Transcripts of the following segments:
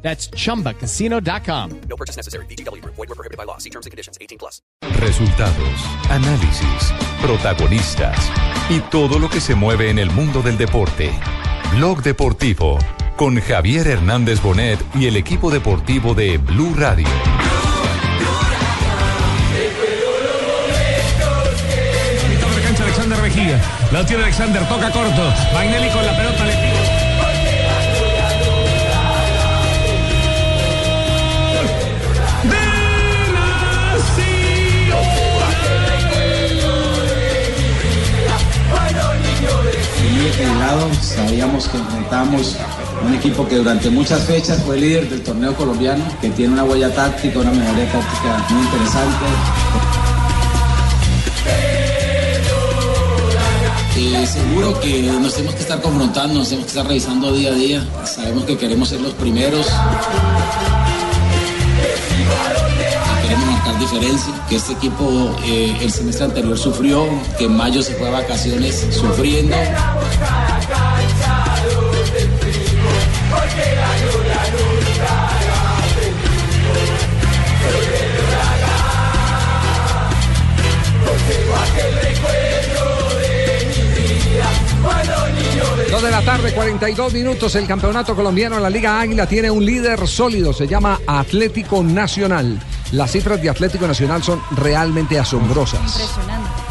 That's chumbacasino.com. No purchase necessary. BGW. Void were prohibited by law. See terms and conditions. 18 plus. Resultados, análisis, protagonistas y todo lo que se mueve en el mundo del deporte. Blog Deportivo con Javier Hernández Bonet y el equipo deportivo de Blue Radio. Mitad de la cancha Alexander Mejía. La tiene Alexander, toca corto. Magnelli con la pelota le tira. De Nación. Muy pelado, sabíamos que enfrentamos un equipo que durante muchas fechas fue líder del torneo colombiano, que tiene una huella táctica, una mejoría táctica muy interesante. Eh, seguro que nos tenemos que estar confrontando, nos tenemos que estar revisando día a día. Sabemos que queremos ser los primeros. que Queremos marcar diferencia, que este equipo eh, el semestre anterior sufrió, que en mayo se fue a vacaciones sufriendo. Dos de la tarde, 42 minutos. El campeonato colombiano, la Liga Águila, tiene un líder sólido. Se llama Atlético Nacional. Las cifras de Atlético Nacional son realmente asombrosas.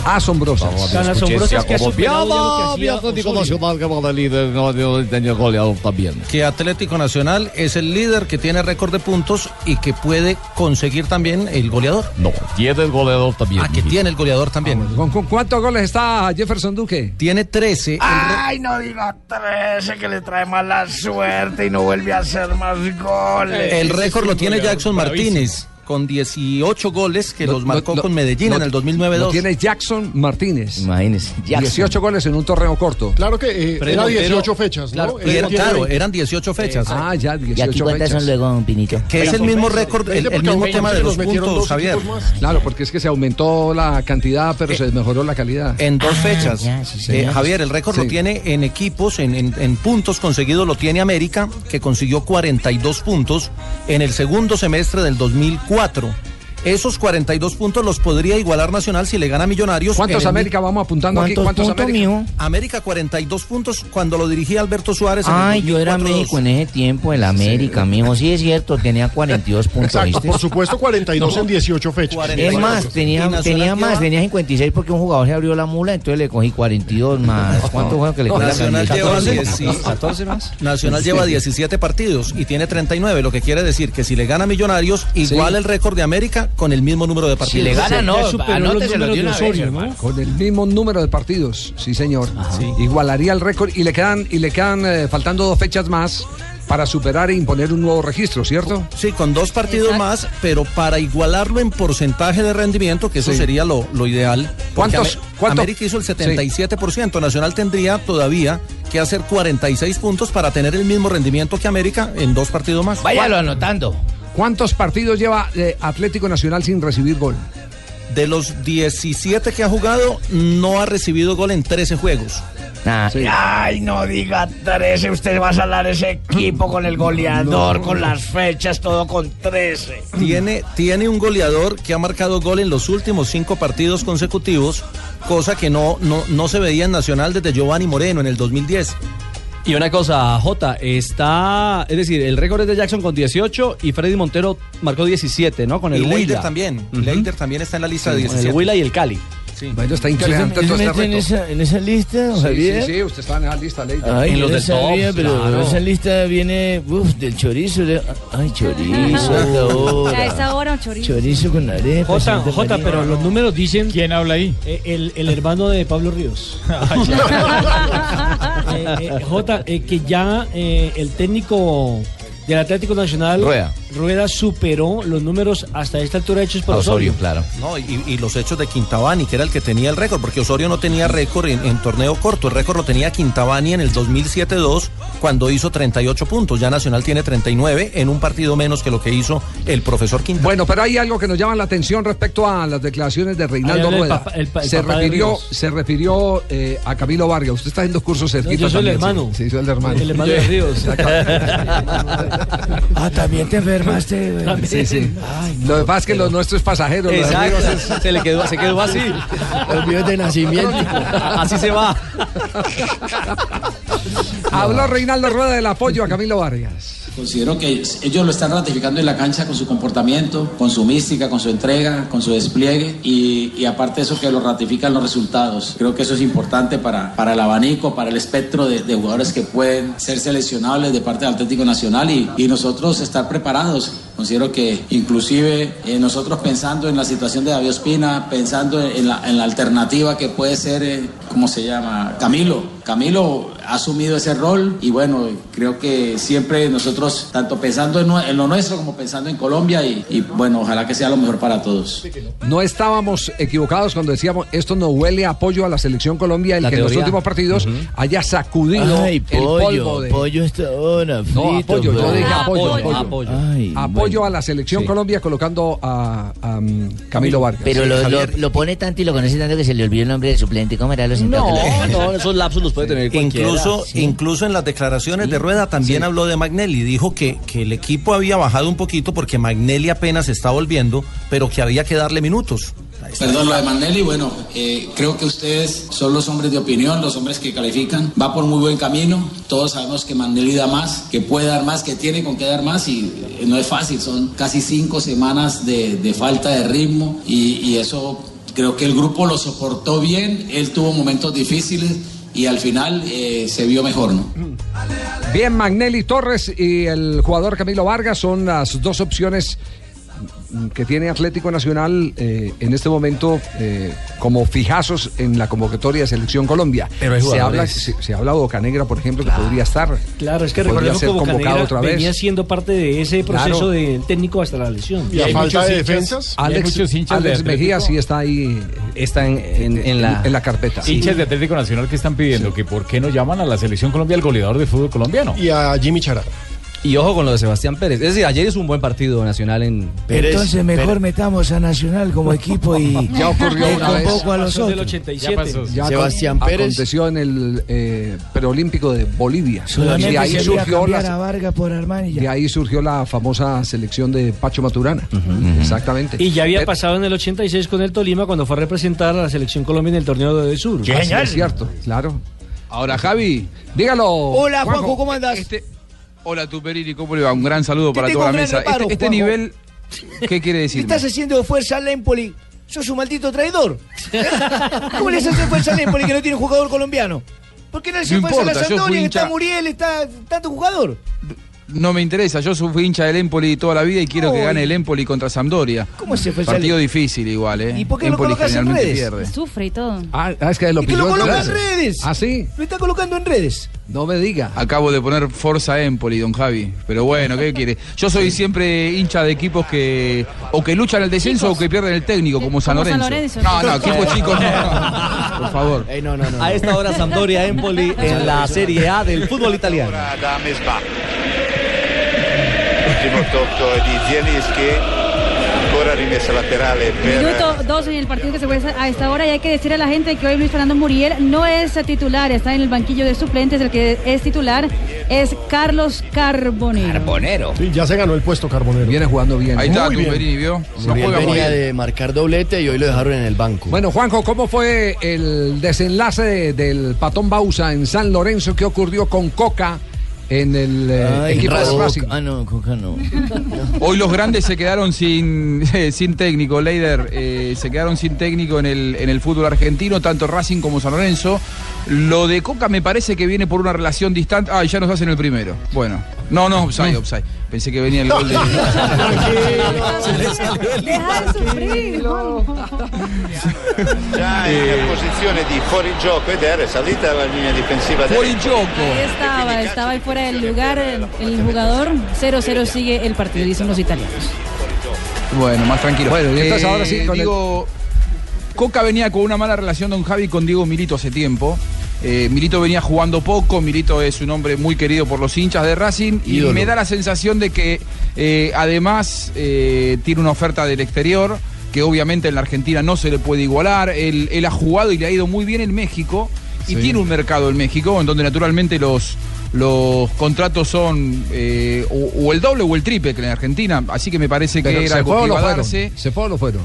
Asombrosas. Tan asombrosas que ha superado ya lo que Piaba, hacía Atlético Osorio. Nacional que va de líder, no no, tenía goleador también. que Atlético Nacional es el líder que tiene récord de puntos y que puede conseguir también el goleador. No, tiene el goleador también. Ah, que mijito. tiene el goleador también. Ah, ¿Con, con cuántos goles está Jefferson Duque? Tiene 13. Ah, el re- Ay, no diga 13 que le trae mala suerte y no vuelve a hacer más goles. el récord lo tiene goleador Jackson bravísimo. Martínez con 18 goles que los Lo- marcó lo- con Medellín lo- en el lo 2009-2. Tiene Jackson Martínez. Imagínese. 18 goles en un torneo corto. Claro que eh, era 18 fechas, ¿no? Claro, y era- claro, eran 18 fechechas. Ah, ya, ¿eh? ¿Y aquí 18 cuántas son fechas. luego, don Pinito? que es el mismo récord, Este el, el mismo tema de los puntos, Javier. Eh, Claro, porque es que se aumentó la cantidad, pero se mejoró la calidad. En dos fechas. Ah, ya, sí, Eh, señor. Javier, el récord Sí. lo tiene en equipos, en, en- en puntos conseguidos, lo tiene América, que consiguió 42 puntos en el segundo semestre del 2004. Esos 42 puntos los podría igualar Nacional si le gana a Millonarios. en ¿Cuántos el mi- América vamos apuntando aquí? ¿Cuántos, ¿Cuántos puntos, América? mijo? América 42 puntos cuando lo dirigía Alberto Suárez. en el Ay, yo era 2004-2002. médico en ese tiempo, el América, mijo. Sí, es cierto, tenía 42 puntos, Exacto, ¿viste? por supuesto 42 en 18 fechas. Cuarenta y Es cuatro. más, Y tenía, Nacional tenía más, lleva- tenía 56 porque un jugador se abrió la mula, entonces le cogí 42 más. ¿Cuántos fueron que le cogí la Nacional camiseta? lleva 10 más? Nacional lleva 17 partidos y tiene 39, lo que quiere decir que si le gana a Millonarios, igual el récord de América con el mismo número de partidos. gana, no, anóteselo de una vez, ¿no? Con el mismo número de partidos, sí señor. Igualaría el récord y le quedan, y le quedan eh, faltando dos fechas más para superar e imponer un nuevo registro, ¿cierto? Sí, con dos partidos Exacto. más, pero para igualarlo en porcentaje de rendimiento, que eso Sí. sería lo, lo ideal. porque ¿Cuántos- Ame- cuánto? América hizo el 77%, Nacional tendría todavía que hacer 46 puntos para tener el mismo rendimiento que América en dos partidos más. Váyalo anotando. ¿Cuántos partidos lleva eh, Atlético Nacional sin recibir gol? De los 17 que ha jugado, no ha recibido gol en 13 juegos. Nah, Ay, no diga 13, usted va a salar ese equipo con el goleador, con las fechas, todo con 13. Tiene, tiene un goleador que ha marcado gol en los últimos cinco partidos consecutivos, cosa que no, no, no se veía en Nacional desde Giovanni Moreno en el 2010. Y una cosa, Jota, está. Es decir, el récord es de Jackson con 18 y Freddy Montero marcó 17, ¿no? Con Y el Leider Huila. también. Ujú. Leider también está en la lista de Con el 17. Huila y el Cali. Bueno, está interesante todo este reto. en esa lista, Sí, sí, sí, usted está en esa lista, Ley. en los del sabía, top, pero claro. esa lista viene uf, del chorizo. de- ay, chorizo, a esta hora. Chorizo con arepa. Jota, Santa Jota, María. pero los números dicen. ¿Quién habla ahí? Eh, el, el hermano de Pablo Ríos. Ah, Eh, eh, Jota, eh, que ya eh, el técnico del Atlético Nacional Rueda. Rueda superó los números hasta esta altura hechos por A Osorio. claro. No, y, y los hechos de Quintabani, que era el que tenía el récord, porque Osorio no tenía récord en, en torneo corto. El récord lo tenía Quintabani en el 2007-2, cuando hizo 38 puntos. Ya Nacional tiene 39 en un partido menos que lo que hizo el profesor Quintabani. Bueno, pero hay algo que nos llama la atención respecto a las declaraciones de Reinaldo Ahí habla el Rueda. papá- el pa- el se, papá de refirió, Ríos. se refirió eh, a Camilo Vargas. Usted está en dos cursos cerquitos. yo soy el también, sí. Sí, hermano. soy el hermano. El hermano de Ríos. ah, también te enfermaste. Sí, sí. Ah, lo que pasa es que lo nuestro es pasajero. lo de Exacto, Ríos es- se le quedó- se quedó así. El mío es de nacimiento. Así se va. Habló Reinaldo Rueda del apoyo a Camilo Vargas. Considero que ellos lo están ratificando en la cancha con su comportamiento, con su mística, con su entrega, con su despliegue y, y aparte eso que lo ratifican los resultados. Creo que eso es importante para, para el abanico, para el espectro de, de jugadores que pueden ser seleccionables de parte del Atlético Nacional y, y nosotros estar preparados. Considero que inclusive eh, nosotros pensando en la situación de David Ospina, pensando en la, en la alternativa que puede ser, eh, ¿cómo se llama? Camilo. Camilo ha asumido ese rol y bueno, creo que siempre nosotros, tanto pensando en, nue- en lo nuestro como pensando en Colombia y, y bueno, ojalá que sea lo mejor para todos. No estábamos equivocados cuando decíamos esto no huele a apoyo a la selección Colombia, el La que en los teoría. últimos partidos haya sacudido Ay, el pollo, polvo de pollo está ahora, frito. No, apoyo, yo bro. dije apoyo, apoyo. apoyo. Ay, Apoyo a la selección Colombia colocando a, a, um, Camilo Vargas. Pero Sí, lo, lo- Javier. lo pone tanto y lo conoce tanto que se le olvidó el nombre del suplente. ¿Cómo era los No, no, esos lapsos los puede tener cualquiera. Incluso, incluso en las declaraciones de Rueda también habló de Magnelli. Dijo que, que el equipo había bajado un poquito porque Magnelli apenas está volviendo, pero que había que darle minutos. Perdón, lo de Manelli, bueno, eh, creo que ustedes son los hombres de opinión, los hombres que califican. Va por muy buen camino. Todos sabemos que Manelli da más, que puede dar más, que tiene con qué dar más y eh, no es fácil. Son casi cinco semanas de, de falta de ritmo y, y eso creo que el grupo lo soportó bien. Él tuvo momentos difíciles y al final eh, se vio mejor, ¿no? Bien, Magnelli Torres y el jugador Camilo Vargas son las dos opciones que tiene Atlético Nacional eh, en este momento eh, como fijazos en la convocatoria de Selección Colombia. Pero hay se habla, jugadores. se, se habla de Bocanegra, por ejemplo, que podría estar. Claro, es que podría recordemos que ser convocado Bocanegra otra vez. venía siendo parte de ese proceso Claro. del técnico hasta la lesión. Y a falta de defensas, Alex- Alex Mejía sí está ahí. eh, Está en, eh, en- en la, en la carpeta. Hinchas de Atlético Nacional que están pidiendo que por qué no llaman a la selección Colombia al goleador de fútbol colombiano. Y a Jimmy Chará. Y ojo con lo de Sebastián Pérez. Es decir, ayer hizo un buen partido nacional en. Entonces mejor metamos a Nacional como equipo y Ya ocurrió le una vez. convoco a los Pasó del otros. 87. Ya acon- Aconteció en el eh, preolímpico de Bolivia. Solamente Y ahí quería surgió cambiar a la, Vargas por Armani. de ahí surgió la famosa selección de Pacho Maturana. Exactamente. Y ya había pasado en el 86 con el Tolima cuando fue a representar a la selección Colombia en el torneo de Sur. Así Ah, es cierto, claro. Ahora, Javi, dígalo. Hola, Juanjo, ¿cómo andas? este- Hola Tuperini, ¿cómo le va? Un gran saludo para tengo toda la un gran mesa. reparo, este este Juanjo. nivel, ¿qué quiere decir? Estás haciendo fuerza al Empoli. Sos un maldito traidor. ¿Cómo le haces fuerza al Empoli que no tiene jugador colombiano? ¿Por qué no le haces No fuerza a la importa, yo fui Sampdoria? que hincha- Está Muriel, está tanto jugador. No me interesa, yo fui hincha del Empoli toda la vida y quiero que Uy. gane el Empoli contra Sampdoria. ¿Cómo se fue el Partido Sale? difícil igual, ¿eh? ¿Y por qué lo Empoli colocas en generalmente redes? pierde. Sufre y todo. Ah, es que lo Que lo Pidió coloca en entonces. redes. ¿Ah, sí? Lo está colocando en redes. No me diga. Acabo de poner Forza Empoli, don Javi. Pero bueno, ¿qué quiere? Yo soy siempre hincha de equipos que o que luchan el descenso o que pierden el técnico, como San como Lorenzo. San Lorenzo. Ah, No, no, equipos chicos no. Por favor. A esta hora Sampdoria Empoli en la Serie A del fútbol italiano. Ultimo tocco di Zielinski, ancora rimessa laterale per... Minuto 2 en el partido que se juega a esta hora y hay que decir a la gente que hoy Luis Fernando Muriel no es titular, está en el banquillo de suplentes, el que es titular es Carlos Carbonero. Carbonero. Sí, ya se ganó el puesto Carbonero. Viene jugando bien. Ahí está, Tuperini, ¿vio? Muriel juega venía Muriel. de marcar doblete y hoy lo dejaron en el banco. Bueno, Juanjo, ¿cómo fue el desenlace de- del patón Bausa en San Lorenzo? ¿Qué ocurrió con Coca en el eh, Ay, equipo de Coca. Racing? Ah, no, Hoy los grandes se quedaron sin, eh, sin técnico, Leider. eh, se quedaron sin técnico en el, en el fútbol argentino, tanto Racing como San Lorenzo. Lo de Coca me parece que viene por una relación distante. Ah, y ya nos hacen el primero. Bueno. No, no, offside, offside. Pensé que venía el gol de. Deja de sufrir. Già in posizione di fuorigioco ed era salita la linea difensiva del Ahí estaba, estaba ahí fuera del lugar el, el jugador. 0-0 sigue el partido, dicen los italianos. Bueno, más tranquilo. Bueno, y entonces ahora sí, con el- digo, Coca venía con una mala relación don Javi con Diego Milito hace tiempo. Eh, Milito venía jugando poco, Milito es un hombre muy querido por los hinchas de Racing y Ídolo. me da la sensación de que eh, además eh, tiene una oferta del exterior que obviamente en la Argentina no se le puede igualar. Él, él ha jugado y le ha ido muy bien en México Sí. y tiene un mercado en México en donde naturalmente los, los contratos son eh, o, o el doble o el triple que en la Argentina, así que me parece que Pero, era ¿Se algo fue o que no iba a fueron? darse. ¿Se fue o no fueron?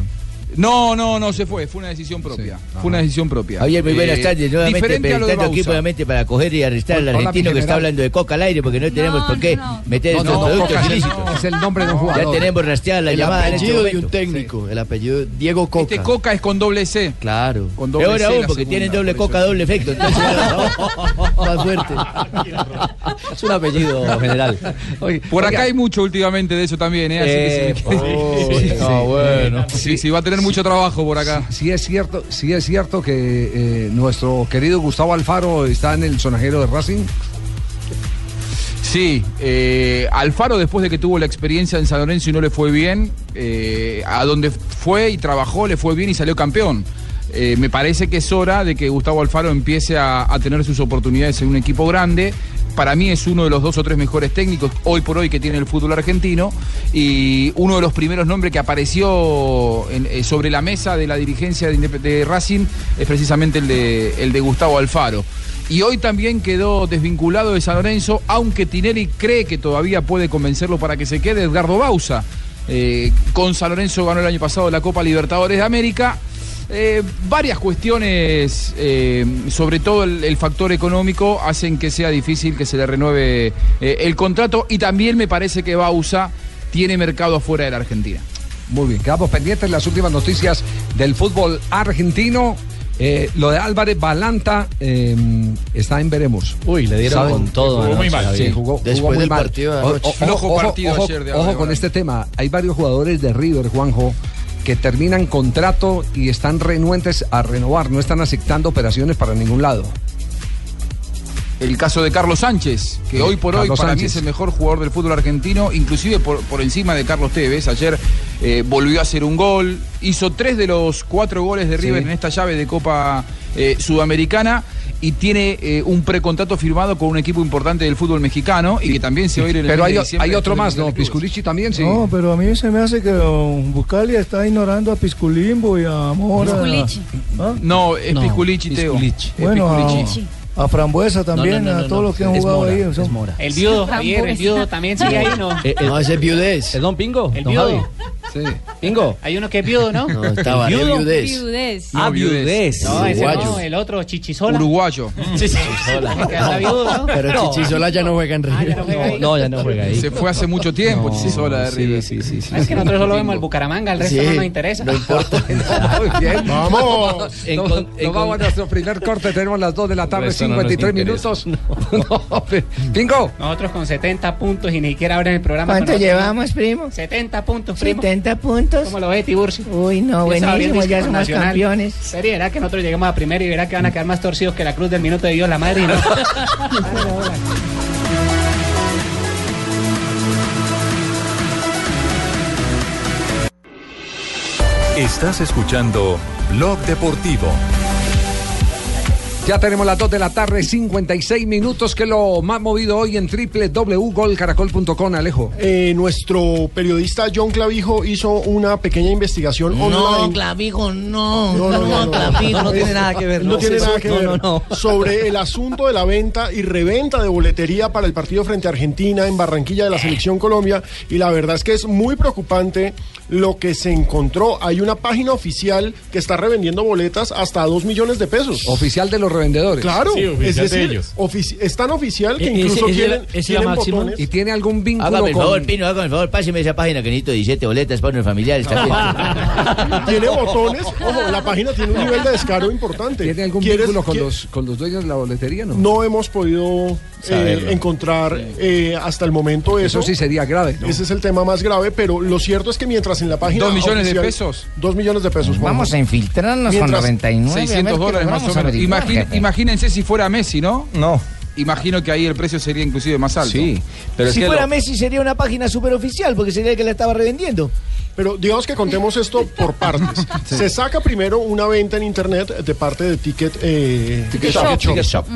No, no, no se fue, fue una decisión propia. fue una decisión propia. Javier, muy buenas Eh, tardes. Nuevamente, diferente a lo de presentando aquí Bausa. nuevamente para coger y arrestar al Hola, mi argentino que está general. hablando de coca al aire porque no tenemos por qué meter No, estos no, productos Coca, ilícitos. Es el nombre de un Ya jugador. tenemos rastreada la El llamada en este apellido de momento. un técnico, el apellido Diego Coca. Este Coca es con doble C. Claro. Con doble Peor C aún, la porque segunda, tienen doble por eso coca, es- doble efecto. Entonces, más fuerte. Es un apellido general. Por acá hay mucho últimamente de eso también, ¿eh? Eh, Así que si me- oh, no, bueno. Sí, sí, va a tener mucho trabajo por acá. Sí es cierto, sí es cierto que eh, nuestro querido Gustavo Alfaro está en el sonajero de Racing. Sí, eh, Alfaro después de que tuvo la experiencia en San Lorenzo y no le fue bien, eh, a donde fue y trabajó le fue bien y salió campeón. Eh, me parece que es hora de que Gustavo Alfaro empiece a, a tener sus oportunidades en un equipo grande. Para mí es uno de los dos o tres mejores técnicos hoy por hoy que tiene el fútbol argentino y uno de los primeros nombres que apareció en- eh, sobre la mesa de la dirigencia de, Indep- de Racing es precisamente el de, el de Gustavo Alfaro. Y hoy también quedó desvinculado de San Lorenzo, aunque Tinelli cree que todavía puede convencerlo para que se quede Edgardo Bausa. Eh, con San Lorenzo ganó el año pasado la Copa Libertadores de América. Eh, varias cuestiones, eh, sobre todo el, el factor económico, hacen que sea difícil que se le renueve eh, el contrato y también me parece que Bausa tiene mercado afuera de la Argentina. Muy bien, quedamos pendientes las últimas noticias del fútbol argentino. Eh, lo de Álvarez Balanta eh, está en veremos. Uy, le dieron con todo Jugó anoche, muy mal. Javier. Sí, jugó, jugó Después muy del mal. partido de anoche. Flojo partido ojo, ayer de ojo Álvarez con Balanta. este tema. Hay varios jugadores de River, Juanjo, que terminan contrato y están renuentes a renovar. No están aceptando operaciones para ningún lado. El caso de Carlos Sánchez, que Sí, hoy por hoy Carlos para mí Sánchez. es el mejor jugador del fútbol argentino, inclusive por, por encima de Carlos Tevez. Ayer eh, volvió a hacer un gol, hizo tres de los cuatro goles de River en esta llave de Copa eh, Sudamericana y tiene eh, un precontrato firmado con un equipo importante del fútbol mexicano y que también se va a ir en el Pero mes hay, de o- diciembre hay otro después más, del ¿no? Mundial de Clubes. Pisculichi también, sí. No, pero a mí se me hace que don Buscalia está ignorando a Pisculimbo y a Mora. Pisculichi. ¿Ah? No, es Pisculichi, Teo. Es eh, Bueno, a, Pisculichi. a Frambuesa también, No, no, no, a no, todos no. los que han Es jugado Mora, ahí. es son- Mora. El viudo, Javier, el viudo también sigue ahí, ¿no? no, ese es viudez. ¿Es Don Pingo? El don viudo. Javi. Pingo. Hay uno que es viudo, ¿no? No, estaba, ¿El es viudo? viudez. Viudez. Ah, viudez. No, ese Uruguayo. no, el otro, Chichisola. Uruguayo. Chichisola. Que anda viudo, ¿no? Ah, Pero No. Chichisola ya no juega en River. No, ya no juega ahí. Se fue hace mucho tiempo, Chisola de River. Sí, sí, sí. Es que nosotros solo vemos el Bucaramanga, el resto Sí, no nos interesa. No importa. Muy bien. ¡Vamos! Nos- nos vamos a nuestro primer corte. Tenemos las 2 de la tarde, Eso no nos 53 minutos. interesa. Pingo. Nosotros con 70 puntos y ni siquiera abren el programa. ¿Cuánto con nosotros. llevamos, primo? 70 puntos, primo. 70 puntos. ¿Cómo lo ves, Tiburcio? Uy, no, Empieza a abrir buenísimo, ya discos somos nacional. campeones. Sería, verá que nosotros llegamos a primero y verá que van a quedar más torcidos que la cruz del minuto de Dios, la madre. y no. Estás escuchando Blog Deportivo. Ya tenemos las 2 de la tarde, 56 minutos, que es lo más movido hoy en www.golcaracol.com, Alejo. Eh, nuestro periodista John Clavijo hizo una pequeña investigación No, online. clavijo, no. No, Clavijo, no tiene nada que ver. No, tiene nada que ver. Sobre el asunto de la venta y reventa de boletería para el partido frente a Argentina en Barranquilla de la Selección Colombia. Y la verdad es que es muy preocupante lo que se encontró. Hay una página oficial que está revendiendo boletas hasta 2 millones de pesos. Oficial de los los revendedores. Claro, es decir, ofici- es tan oficial que E- ese- incluso ese- quieren, ese quieren máximo. botones. Y tiene algún vínculo Hágame el con- favor, Pino, hágame el favor, páseme esa página que necesito 17 boletas para unos familiares. Tiene botones. Ojo, la página tiene un nivel de descaro importante. ¿Tiene algún ¿Quieres- vínculo con qui- los, con los dueños de la boletería? No. No hemos podido Saberlo. eh, encontrar eh, hasta el momento eso. Eso sí sería grave. ¿no? Ese es el tema más grave, pero lo cierto es que mientras en la página. Dos millones de oficial- pesos. Dos millones de pesos. Juanjo. Vamos a infiltrarnos Mientras- 600 dólares más o menos. Imagin- imagínense si fuera Messi, ¿no? No. Imagino que ahí el precio sería inclusive más alto. Sí, pero si fuera Messi sería una página superoficial porque sería el que la estaba revendiendo. Pero digamos que contemos esto por partes. Se saca primero una venta en internet de parte de Ticket, eh, Ticket Shop. Ticket Shop.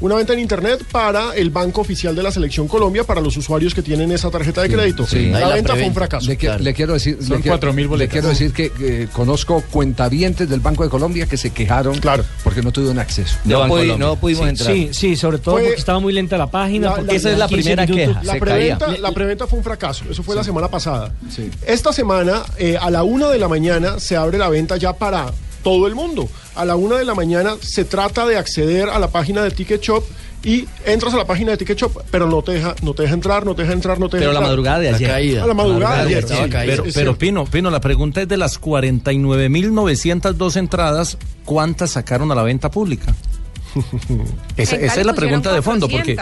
Una venta en internet para el banco oficial de la Selección Colombia para los usuarios que tienen esa tarjeta de crédito. La, venta fue un fracaso. Le, qui- le quiero decir, Son le quiero- 4.000 le boletas. quiero decir que eh, conozco cuentavientes del Banco de Colombia que se quejaron porque no tuvieron acceso. No pudi- no Sí, Sí, sí, sobre todo Fue- porque estaba muy lenta la página. La- porque la- en 15 minutos- La preventa, la preventa fue un fracaso. Eso fue la semana pasada. Sí. Esta semana, eh, a la una de la mañana, se abre la venta ya para todo el mundo. A la una de la mañana se trata de acceder a la página de Ticket Shop y entras a la página de Ticket Shop, pero no te deja, no te deja entrar, no te deja entrar, no te deja Pero la entrar. madrugada de ayer. A Ah, la madrugada de ayer. sí. Pero, Es pero cierto. Pino, Pino, la pregunta es de las 49.902 entradas, ¿cuántas sacaron a la venta pública? Mm. Esa, esa es la pregunta de fondo, porque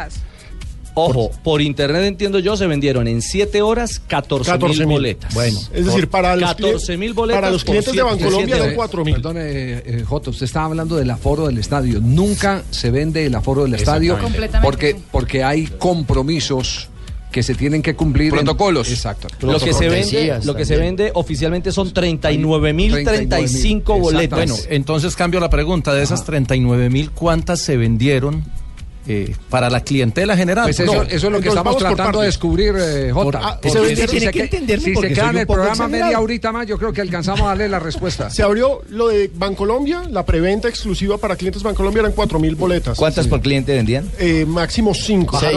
Ojo, por internet entiendo yo, se vendieron en 7 horas 14 mil 14.000. boletas. Bueno. Es decir, para los cli- 14 mil boletas. para los por clientes de siete- Bancolombia siete eran horas. 4.000. Perdón, eh, eh, Jota, usted estaba hablando del aforo del estadio. Nunca se vende el aforo del estadio Exactamente. Completamente. porque, porque hay compromisos que se tienen que cumplir. en- Protocolos. exacto. Lo que, se vende, lo que se vende oficialmente son 39.035 boletas. Bueno, entonces cambio la pregunta. De esas 39.000, ¿cuántas se vendieron eh, para la clientela general? Pues eso, No. eso es lo que estamos tratando de descubrir, eh, Jota. Por- ah, Porque porque si se tiene que que- entenderlo, si se porque queda soy en un el poco programa exagerado. media horita más, yo creo que alcanzamos a darle la respuesta. Se abrió lo de Bancolombia, la preventa exclusiva para clientes Bancolombia eran 4.000 boletas. ¿Cuántas por cliente vendían? Eh, máximo 5. Seis.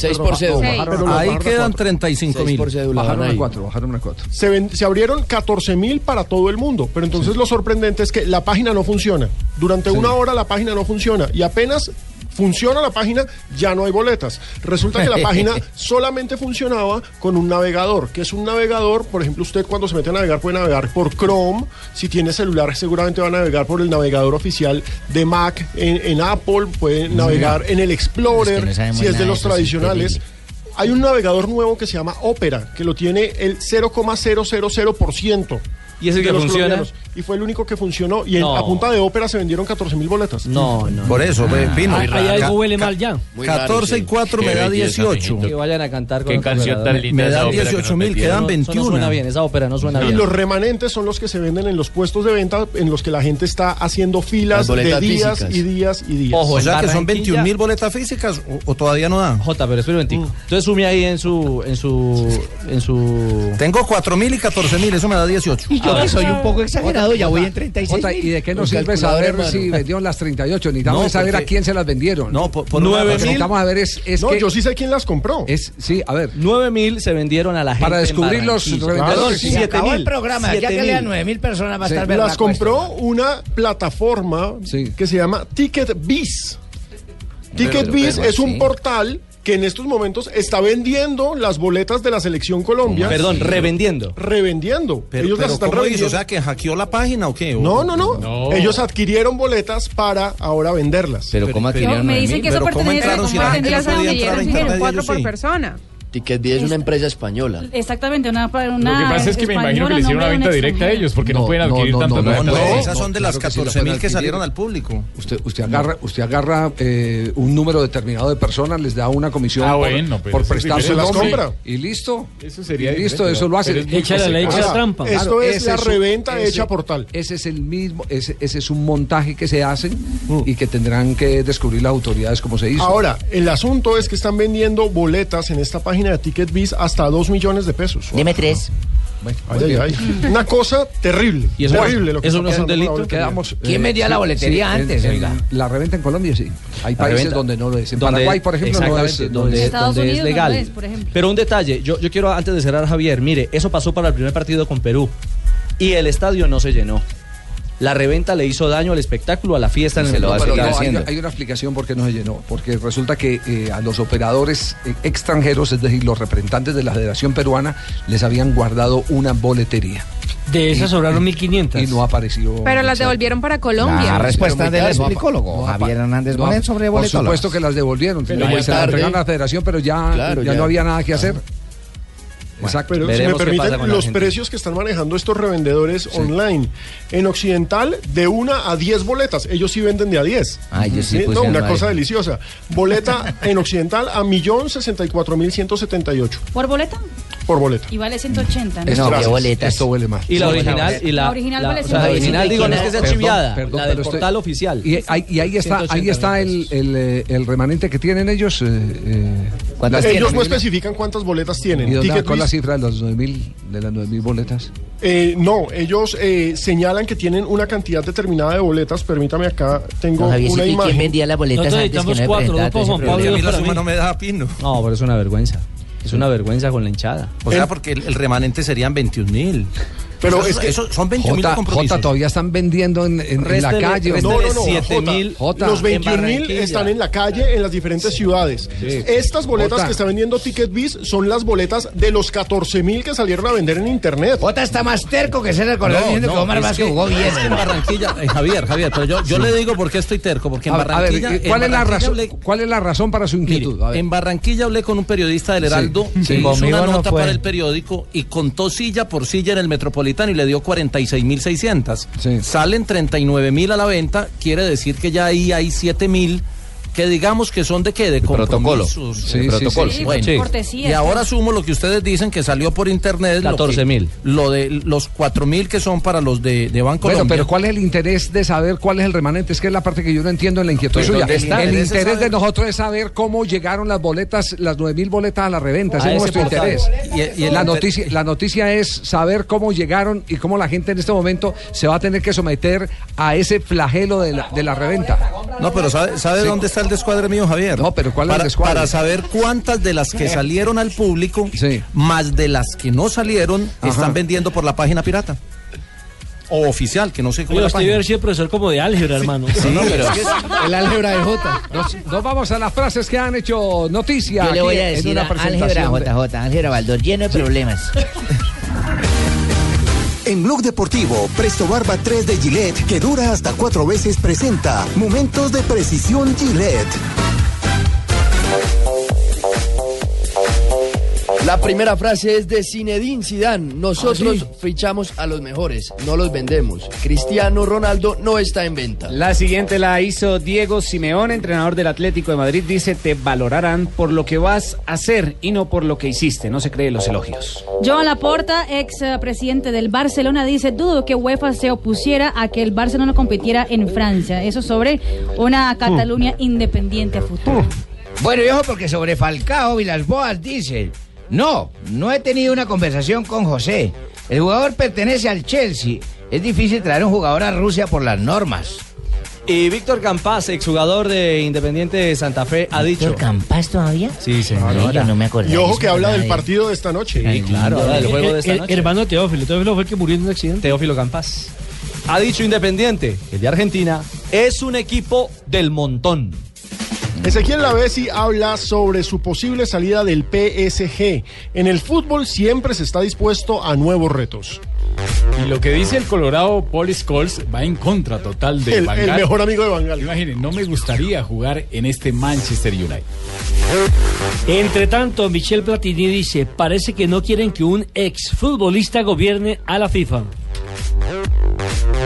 Seis por cédula. Seis. Ahí quedan 35 Seis mil. por cédula, Bajaron van a ahí. cuatro, bajaron a cuatro. se, ven- se abrieron 14 mil para todo el mundo. Pero entonces lo sorprendente es que la página no funciona. Durante una hora la página no funciona y apenas funciona la página ya no hay boletas. Resulta que la página solamente funcionaba con un navegador, que es un navegador, por ejemplo, usted cuando se mete a navegar puede navegar por Chrome, si tiene celular seguramente va a navegar por el navegador oficial de Mac en, en Apple, puede navegar en el Explorer, Es que no sabemos si es de nada de los eso, es tradicionales. terrible. Hay un navegador nuevo que se llama Opera, que lo tiene el 0,000%. ¿Y ese de que los funciona? colombianos. Y fue el único que funcionó. Y en- No. a punta de Ópera se vendieron 14 mil boletas. No, no. Ah. Por eso, ve, Pino. Ahí ahí algo huele mal ya. 14 y 4 me da 18. Que vayan a cantar con Qué otro canción operador. tan linda Me esa da ópera que 18.000, nos quedan Eso no- Eso no 21. suena bien, esa ópera no suena Y bien. los remanentes son los que se venden en los puestos de venta en los que la gente está haciendo filas Las de boletas días físicas. y días y días. o sea que son Barranquilla- 21 mil boletas físicas o, o todavía no dan. Uh. Jota, pero espera un momentico. Entonces sume ahí en su, en su, en su. Tengo 4 mil y 14 mil, eso me da 18. Y Ah, yo que soy un poco exagerado, ya voy en Jota, 36.000. ¿y de qué nos Un sirve calculador, saber hermano. si vendieron las 38? Necesitamos No, saber porque- a quién se las vendieron. No, por, lo que 9.000. necesitamos saber es, es no, que... yo sí sé quién las compró. Es, sí, a ver. 9 mil se vendieron a la gente. Para descubrir los revendedores. Siete Acabó el mil, programa, ya siete que le mil. dan nueve mil personas va a Sí. estar verdad las compró una plataforma que se llama TicketBiz. Pero, TicketBiz pero, es un sí. portal que en estos momentos está vendiendo las boletas de la selección Colombia. Perdón, revendiendo. Revendiendo. Pero, Ellos las pero están ¿cómo hizo? revendiendo. O sea, que hackeó la página o qué? ¿O- No, no, no, Ellos adquirieron boletas para ahora venderlas. Pero ¿cómo No, me dicen que eso Pero ¿cómo pertenece, entraron si como la gente pertenece no a podía donde entrar a llegan, internet, cuatro ellos por sí? persona. Ticketbee es una empresa española. Exactamente, una. una Lo una que pasa es que me imagino que española, le hicieron no una de un venta directa a extranjero. ellos porque no, No, pueden no, adquirir no, tantas no, boletas. no, Esas son de las claro que sí lo 14 mil que pueden salieron al adquirir. público. Usted, usted agarra, usted agarra eh, un número determinado de personas, les da una comisión Ah, por, bueno, pero por eso es prestar su diferente. nombre. Las compra. Y listo. Eso sería Y listo, diferente, eso lo hace. pero es muy Echa la ley, echa la trampa. Esto es Ah, ese la un- reventa hecha portal. Ese es el mismo, ese, ese es un montaje que se hacen y que tendrán que descubrir las autoridades cómo se hizo. Mm. Ahora, el asunto es que están vendiendo boletas en esta página de TicketBiz hasta 2 millones de pesos. Dime tres. Ay, ay, ay. Una cosa terrible. Y eso- terrible lo que eso está no es un pasando con la delito. boletería. Quedamos, eh, sí, sí, en- en La reventa en Colombia sí. Hay La países reventa. donde no lo es. En Donde- Paraguay, por ejemplo, no es. exactamente, donde, Estados donde es Unidos legal. no lo es, por ejemplo. Pero un detalle, yo, yo quiero antes de cerrar, Javier, mire, eso pasó para el primer partido con Perú y el estadio no se llenó. La reventa le hizo daño al espectáculo, a la fiesta en el No, pero Monumental. no, hay, hay una explicación por qué no se llenó. Porque resulta que eh, a los operadores eh, extranjeros, es decir, los representantes de la Federación Peruana, les habían guardado una boletería. De esas Y- sobraron y- 1.500. Y no apareció. Pero las devolvieron para Colombia. La respuesta del explicólogo, Javier Hernández Bonet, sobre Por boletólogas. supuesto que las devolvieron. Pero Ahí ya se las tarde. entregaron a la federación, pero ya, Claro, ya ya. no había nada que hacer. Exacto. Pero si me permiten, los precios que están manejando estos revendedores online. En Occidental, de una a 10 boletas. Ellos sí venden de a 10. Ay, yo sí puse no, al una Madrid. cosa deliciosa. Boleta en Occidental a 1.064.178 ¿Por boleta? por boleta. Y vale 180. Esto qué hace- boletas. Esto huele mal. Y la original, y la, La original vale o sea, la 180. original, digo, no es que sea Perdón, chiviada, perdón, la del pero estoy- portal oficial. Y, ahí- y ahí está, ahí 180 está el, el, eh, el remanente que tienen ellos. eh, eh, Ellos las- no especifican cuántas boletas tienen. ¿Y dónde Ticket sacó la List- cifra de las 9.000 de las 9.000 boletas? Eh, no, ellos eh, señalan que tienen una cantidad determinada de boletas. Permítame acá, tengo No, Javiercito, una ¿y quién imagen. vendía las boletas Nosotros antes que necesitamos no cuatro, todo Juan Pablo, a mí la para suma mí. no me da pino. No, pero es una vergüenza. Es una vergüenza con la hinchada. O sea, porque el, el remanente serían 21 mil. Pero Eso- es que- eso son 21 mil Jota, compromisos. Jota, todavía están vendiendo en, en- en la Réstele- calle. réstele vendiendo- siete Jota, mil. Jota. Los en 21 mil Barranquilla. están en la calle en las diferentes ciudades. Sí. Estas boletas Jota. que está vendiendo TicketBiz son las boletas de los 14 mil que salieron a vender en internet. Jota está más terco que ser el corredor diciendo que Omar es Vázquez jugó bien. es que en Barranquilla, eh, Javier, Javier, pero yo, yo Sí. le digo por qué estoy terco, porque en A ver, a ver, Barranquilla. eh, en ¿cuál es, la Barranquilla razón, hablé- ¿cuál es la razón para su inquietud? A ver. en Barranquilla hablé con un periodista del Sí, Heraldo sí. que hizo Conmigo una no nota fue. para el periódico y contó silla por silla en el Metropolitano y le dio 46.600. Salen 39.000 a la venta, quiere decir que ya ahí hay 7.000 que digamos que son de qué, de protocolo. compromisos. Sí, De sí, protocolo. sí, sí, Bueno, sí. cortesía, Y sí. ahora sumo lo que ustedes dicen que salió por internet. lo que- 14.000. Lo de los 4.000 que son para los de, de Banco Bueno, pero ¿cuál es el interés de saber cuál es el remanente? Es que es la parte que yo no entiendo en la inquietud Pues, suya. ¿dónde está? El Interés es interés de saber- nosotros es saber cómo llegaron las boletas, las 9000 boletas a la reventa. Ese A es ese nuestro portal. interés. Y- y el la, inter- noticia, la noticia es saber cómo llegaron y cómo la gente en este momento se va a tener que someter a ese flagelo de la, de la reventa. No, pero ¿sabe, sabe Sí. dónde está el descuadre mío, Javier? No, pero ¿cuál es el para, descuadre? Eh. Para saber cuántas de las que salieron al público, más de las que no salieron, están vendiendo por la página pirata. O oficial, que no sé Yo cómo es la estoy página. ver si el profesor como de álgebra, hermano. No, pero es que El álgebra de J. Nos, nos vamos a las frases que han hecho noticia. Yo le aquí voy a en decir una a álgebra presentación de- JJ, álgebra Baldor, lleno de problemas. En Blog Deportivo, Presto Barba 3 de Gillette, que dura hasta cuatro veces, presenta Momentos de Precisión Gillette. La primera frase es de Zinedine Zidane. Nosotros fichamos a los mejores, no los vendemos. Cristiano Ronaldo no está en venta. La siguiente la hizo Diego Simeón, entrenador del Atlético de Madrid. Dice, te valorarán por lo que vas a hacer y no por lo que hiciste. No se cree los elogios. Joan Laporta, ex eh, presidente del Barcelona, dice, dudo que UEFA se opusiera a que el Barcelona compitiera en Francia. Eso sobre Hmm. una Cataluña independiente a futuro. Bueno, viejo, porque sobre Falcao Vilasboas dice, no, no he tenido una conversación con José. El jugador pertenece al Chelsea. Es difícil traer un jugador a Rusia por las normas. Y Víctor Campás, exjugador de Independiente de Santa Fe, ha dicho. ¿Campás todavía? Sí, señora. No, yo no me acordaba Y ojo que eso, habla del nadie. partido de esta noche. Sí, claro, habla del juego de esta noche. Hermano Teófilo, Teófilo fue el que murió en un accidente. Teófilo Campás. Ha dicho Independiente, el de Argentina, es un equipo del montón. Ezequiel Lavesi habla sobre su posible salida del PSG. En el fútbol siempre se está dispuesto a nuevos retos. Y lo que dice el Colorado Paul Scholes va en contra total de El- Van el Gaal. mejor amigo de Bangal. Imaginen, no me gustaría jugar en este Manchester United. Entre tanto, Michel Platini dice, parece que no quieren que un exfutbolista gobierne a la FIFA.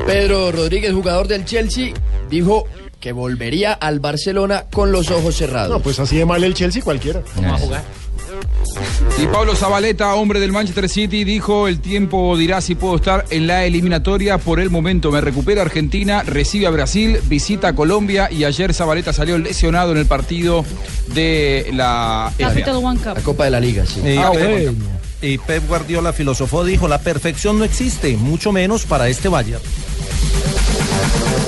Pedro Rodríguez, jugador del Chelsea, dijo que volvería al Barcelona con los ojos cerrados. No, pues así de mal el Chelsea cualquiera. va a jugar. Y Pablo Zabaleta, hombre del Manchester City, dijo, el tiempo dirá si puedo estar en la eliminatoria, por el momento me recupera Argentina, recibe a Brasil, visita a Colombia y ayer Zabaleta salió lesionado en el partido de la... Capital One Ah, Cup. Copa de la Liga, sí. Y, Ah, Pep, bueno. y Pep Guardiola filosofó, dijo, la perfección no existe, mucho menos para este Bayern.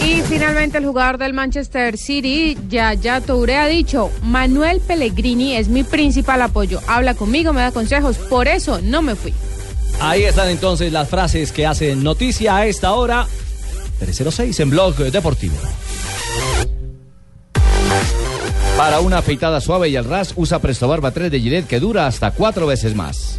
Y finalmente el jugador del Manchester City, Yaya Touré, ha dicho, Manuel Pellegrini es mi principal apoyo. Habla conmigo, me da consejos, por eso no me fui. Ahí están entonces las frases que hacen noticia a esta hora 306 en Blog Deportivo. Para una afeitada suave y al ras, usa Presto Barba 3 de Gillette que dura hasta cuatro veces más.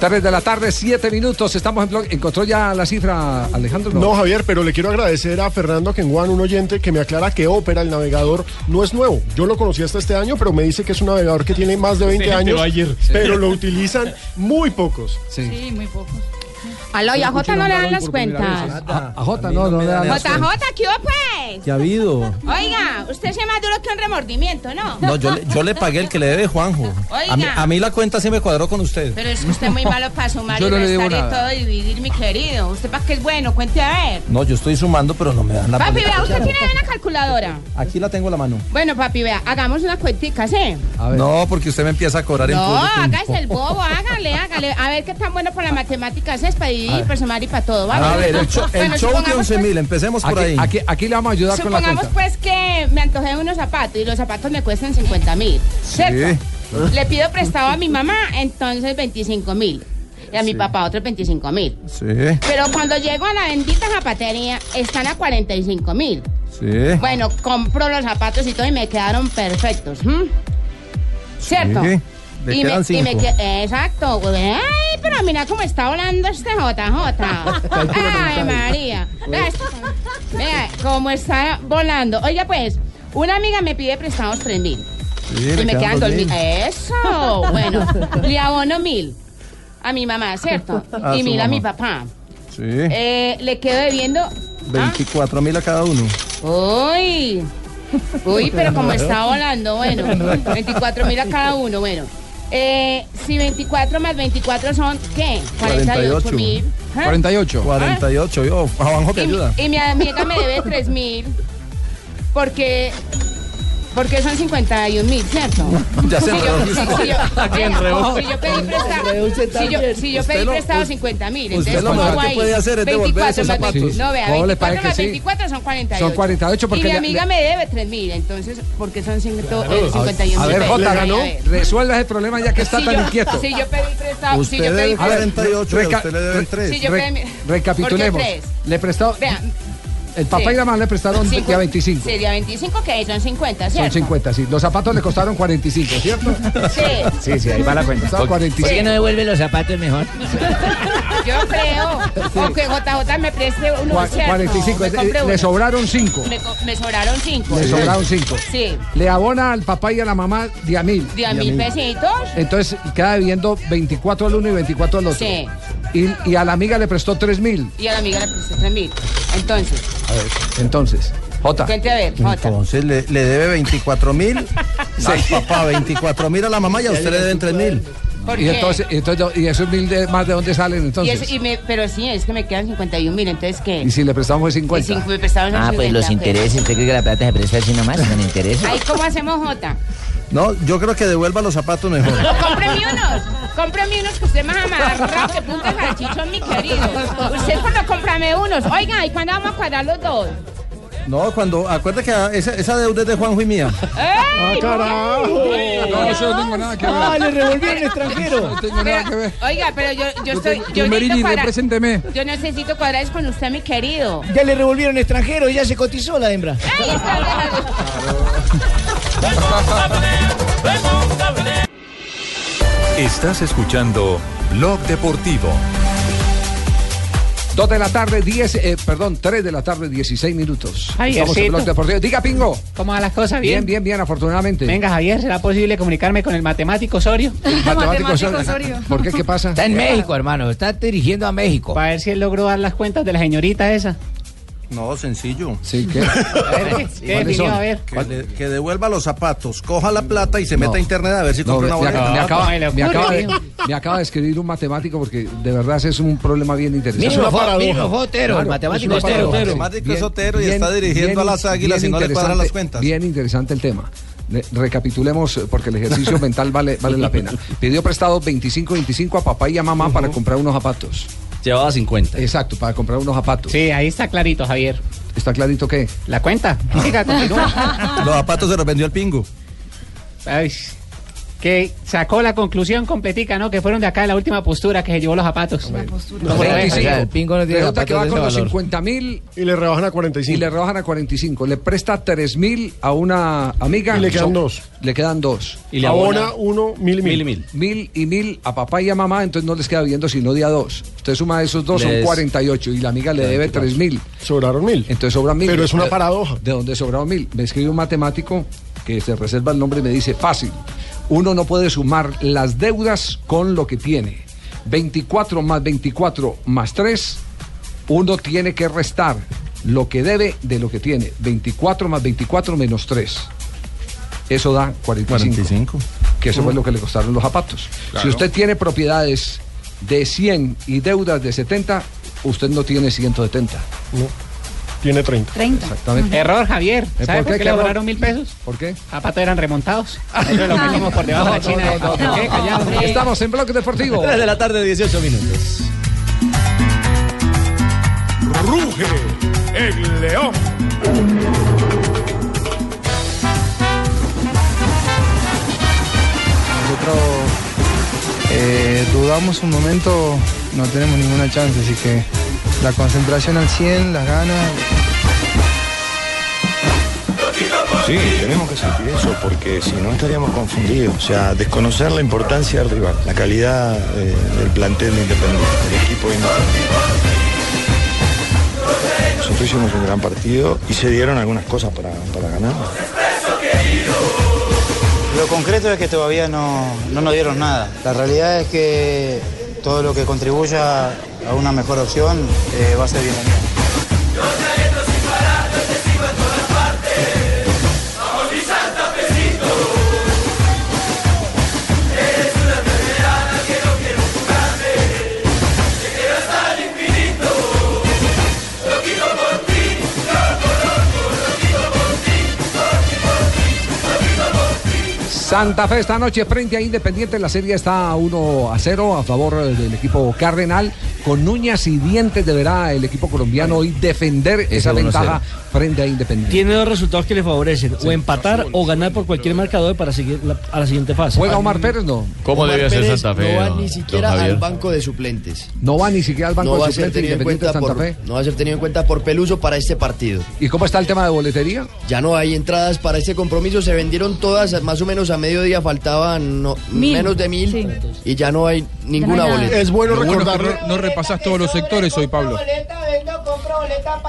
3 de la tarde, 7 minutos. Estamos en blog. ¿Encontró ya la cifra, Alejandro? No, Javier, pero le quiero agradecer a Fernando Kenguan, un oyente que me aclara que Opera, el navegador, no es nuevo. Yo lo conocí hasta este año, pero me dice que es un navegador que tiene más de 20 Ese años, gente ayer. pero lo utilizan muy pocos. Sí, muy pocos. Aló, y a Jota no le dan las cuentas. A, a Jota, no, no le dan las JJ, cuentas. ¿qué hubo, pues? ¿Qué ha habido? Oiga, usted es más duro que un remordimiento, ¿no? No, yo le, yo le pagué el que le debe Juanjo. A mí, Oiga. a mí la cuenta sí me cuadró con usted. Pero es que usted es muy malo para sumar Yo y no le digo restar y nada. todo y dividir, mi querido. ¿Usted para qué es bueno? Cuente a ver. No, yo estoy sumando, pero no me dan la Papi, boleta. vea, usted tiene ahí una calculadora. Aquí la tengo a la mano. Bueno, papi, vea, hagamos una cuentica, ¿sí? No, porque usted me empieza a cobrar en No, público. hágase el bobo, hágale, hágale. A ver qué tan bueno para las matemáticas es, para A dividir, ver. para sumar y para todo, ¿vale? A ver, el, cho- el Bueno, show de supongamos, 11 mil, empecemos por pues, Aquí- ahí. aquí- aquí le vamos a ayudar con la Supongamos cuenta. pues que me antojé unos zapatos y los zapatos me cuestan 50 mil, ¿cierto? Ah. Le pido prestado a mi mamá, entonces 25 mil. Y a mi papá otros 25 mil. Sí, Pero cuando llego a la bendita zapatería, están a 45 mil. sí. Bueno, compro los zapatos y todo y me quedaron perfectos. ¿m? ¿Cierto? Sí, le y quedan me, y me cinco. que- Exacto. güey. Ay, pero mira cómo está volando este JJ. Ay, María. Vea, esto- Vea, cómo está volando. Oiga, pues, una amiga me pide prestados 3 mil. y me quedan 2 mil. Eso. Bueno, le abono mil a mi mamá, ¿cierto? A y su mil a mi mamá. papá. Sí. Eh, ah. le quedo debiendo 24 mil a cada uno. Uy, uy, pero como está volando, bueno, 24 mil a cada uno, bueno. Eh, si 24 más 24 son, ¿qué? 48 mil. ¿ah? 48. 48. Yo, a Juanjo me Y, mi- ayuda. y mi amiga me debe 3 mil porque, porque son 51 mil, ¿cierto? Ya se Si yo- enredó. si- si yo- Aquí enredó. si yo pedí prestado, Enredó usted si yo, también. si yo Usted pedí lo- prestado us- 50 mil, usted entonces lo pongo mejor que pues, ahí puede hacer es devolver 24 esos más zapatos. 20 No, vea, No, le 24 parece más que sí. 24 son 48. Son 48 porque Y mi le- amiga le- me debe 3 mil, entonces, porque son cinco- eh, A ver, 51 A mil. ver, pesos. Jota, Ahí, ganó. a ver. Resuelva ese problema ya que está Si tan yo- inquieto. Si yo pedí prestado, si yo pedí A ver, y a reca- usted le deben re- tres. Sí, yo re- pedí mi- recapitulemos. ¿Por qué tres? Le prestó. Vea, El papá sí. y la mamá le prestaron Cincu- ya 25. Sería 25, que ahí son 50, ¿cierto? Son 50, sí. Los zapatos le costaron 45, ¿cierto? Sí. Sí, sí, ahí va la cuenta. ¿Por- por qué no devuelve los zapatos mejor? Yo creo. O que JJ me preste uno, ¿cierto? 45. Me eh, compre Le uno. sobraron 5. Me, co- me sobraron cinco. Le Sí. sobraron 5. Sí. Le abona al papá y a la mamá de a mil. De pues, a mil pesitos. Entonces queda debiendo 24 al uno y 24 al otro. Sí. Y, y a la amiga le prestó 3 mil. Y a la amiga le presté tres mil. Entonces, A ver, entonces, Jota. cuente a ver, Jota. Entonces le, le debe 24 mil al papá, 24 mil a la mamá y a usted le deben 3 mil. ¿Por Y qué? entonces, y entonces- y esos mil de- más de dónde salen Y entonces. eso- y me, pero sí, es que me quedan 51 mil, entonces ¿qué? Y si le prestamos fue Y 50. cinco- me prestaron Ah, pues 50, los intereses, ¿usted cree que la plata se presta así nomás? Con intereses. Ahí, ¿cómo hacemos, Jota? No, yo creo que devuelva los zapatos mejor. No, cómpreme unos. Cómprame unos que usted más amarrado que punta de salchichón, mi querido. Usted cuando cómprame unos. Oiga, ¿y cuándo vamos a cuadrar los dos? No, cuando, acuérdate que ah, esa, esa deuda es de Juanjo y mía. ¡Ah, ¡Ey! Ah, No, eso no tengo nada que ver. Ah, le revolvió en el extranjero. No tengo nada que ver. Oiga, pero yo, yo estoy. tengo- Yo Tumberini, necesito, cuadrar, represénteme. yo necesito cuadrares con usted, mi querido. Ya le revolvieron extranjero y ya se cotizó la hembra. Ahí está, déjalo. Estás escuchando Blog Deportivo. 2 de la tarde, 10, eh, perdón, 3 de la tarde, 16 minutos. Ay, Estamos en Diosito. Blog Deportivo. Diga, Pingo. ¿Cómo van las cosas? Bien, bien, bien, afortunadamente. Venga, Javier, ¿será posible comunicarme con el matemático Osorio? Matemático Osorio. Osorio. ¿Por qué? ¿Qué pasa? Está en México, hermano. Está dirigiendo a México. Para ver si él logró dar las cuentas de la señorita esa. No, sencillo. Sí, ¿qué? ¿Cuáles definió? son? A ver. Que, le- que devuelva los zapatos, coja la plata y se meta a internet a ver si No, compra me, una boleta. acaba, me acaba- me acaba de, me acaba de escribir un matemático porque de verdad ese es un problema bien interesante. Mínimo Es una Fo- paradoja. mínimo Fotero, el matemático es una es Otero. paradoja, sí. Matemático es Otero y está dirigiendo a las Águilas bien y no le cuadran interesante- las cuentas. Bien interesante el tema. Le- Recapitulemos eh, porque el ejercicio mental vale, vale la pena. Pidió prestado 25-25 a papá y a mamá para comprar unos zapatos. Llevaba 50. Exacto, para comprar unos zapatos. Sí, ahí está clarito, Javier. ¿Está clarito qué? La cuenta. Siga, continúa. Los zapatos se los vendió el pingo. Ay, que sacó la conclusión completica, ¿no? Que fueron de acá de la última postura que se llevó los zapatos. No, Como lo ven. 25. Resulta que va con los 50. 50 mil y le rebajan a 45. Y le rebajan a 45. Le presta 3 mil a una amiga. Y le quedan Son- dos. Le quedan dos. Y le Abona abona uno, mil y mil. mil. Mil y mil a papá y a mamá, entonces no les queda viendo sino día dos. Usted suma esos dos, son Les- 48. Y la amiga le debe 3 mil. Sobraron mil. Entonces sobran mil. Pero es una ¿De- paradoja. ¿De dónde sobraron mil? Me escribe un matemático que se reserva el nombre y me dice, fácil, uno no puede sumar las deudas con lo que tiene. 24 más 24 más 3, uno tiene que restar lo que debe de lo que tiene. 24 más 24 menos 3. Eso da 45. 45. Que eso fue lo que le costaron los zapatos. Claro. Si usted tiene propiedades de 100 y deudas de 70, usted no tiene 170. No. Tiene 30. 30. Exactamente. Error, Javier. ¿Eh, ¿Sabe por qué, le error? cobraron mil pesos? ¿Por qué? Zapatos eran remontados. Nosotros Ah. lo metimos por debajo de la China. ¿eh? ¿Qué? Callado. Estamos en Bloque Deportivo. 3 de la tarde, 18 minutos. Ruge el león. Nosotros eh, dudamos un momento, no tenemos ninguna chance, así que la concentración al 100, las ganas. Sí, tenemos que sentir eso porque si no estaríamos confundidos. O sea, desconocer la importancia del rival, la calidad eh, del plantel de Independiente, del equipo de Independiente. Nosotros hicimos un gran partido y se dieron algunas cosas para, para ganar. Lo concreto es que todavía no, no nos dieron nada. La realidad es que todo lo que contribuya a una mejor opción eh, va a ser bienvenido. Santa Fe esta noche frente a Independiente. La serie está 1 a 0 a favor eh, del equipo Cardenal. Con uñas y dientes deberá el equipo colombiano hoy defender esa 1 a 0. ventaja frente a Independiente. Tiene dos resultados que le favorecen, o empatar o ganar por cualquier marcador para seguir la- a la siguiente fase. Ah, ¿Juega Omar Pérez? No. Omar Pérez No va ni don siquiera al Javier? banco de suplentes. No va ni siquiera al banco no va de a ser suplentes tenido en Independiente cuenta Santa por, Fe. no va a ser tenido en cuenta por Peluso para este partido. ¿Y cómo está el tema de boletería? Ya no hay entradas para este compromiso, se vendieron todas, más o menos a mediodía faltaban no- menos de mil y ya no hay ninguna boleta. Es bueno Lo bueno recordar. que no repasas todos los sectores hoy, Pablo.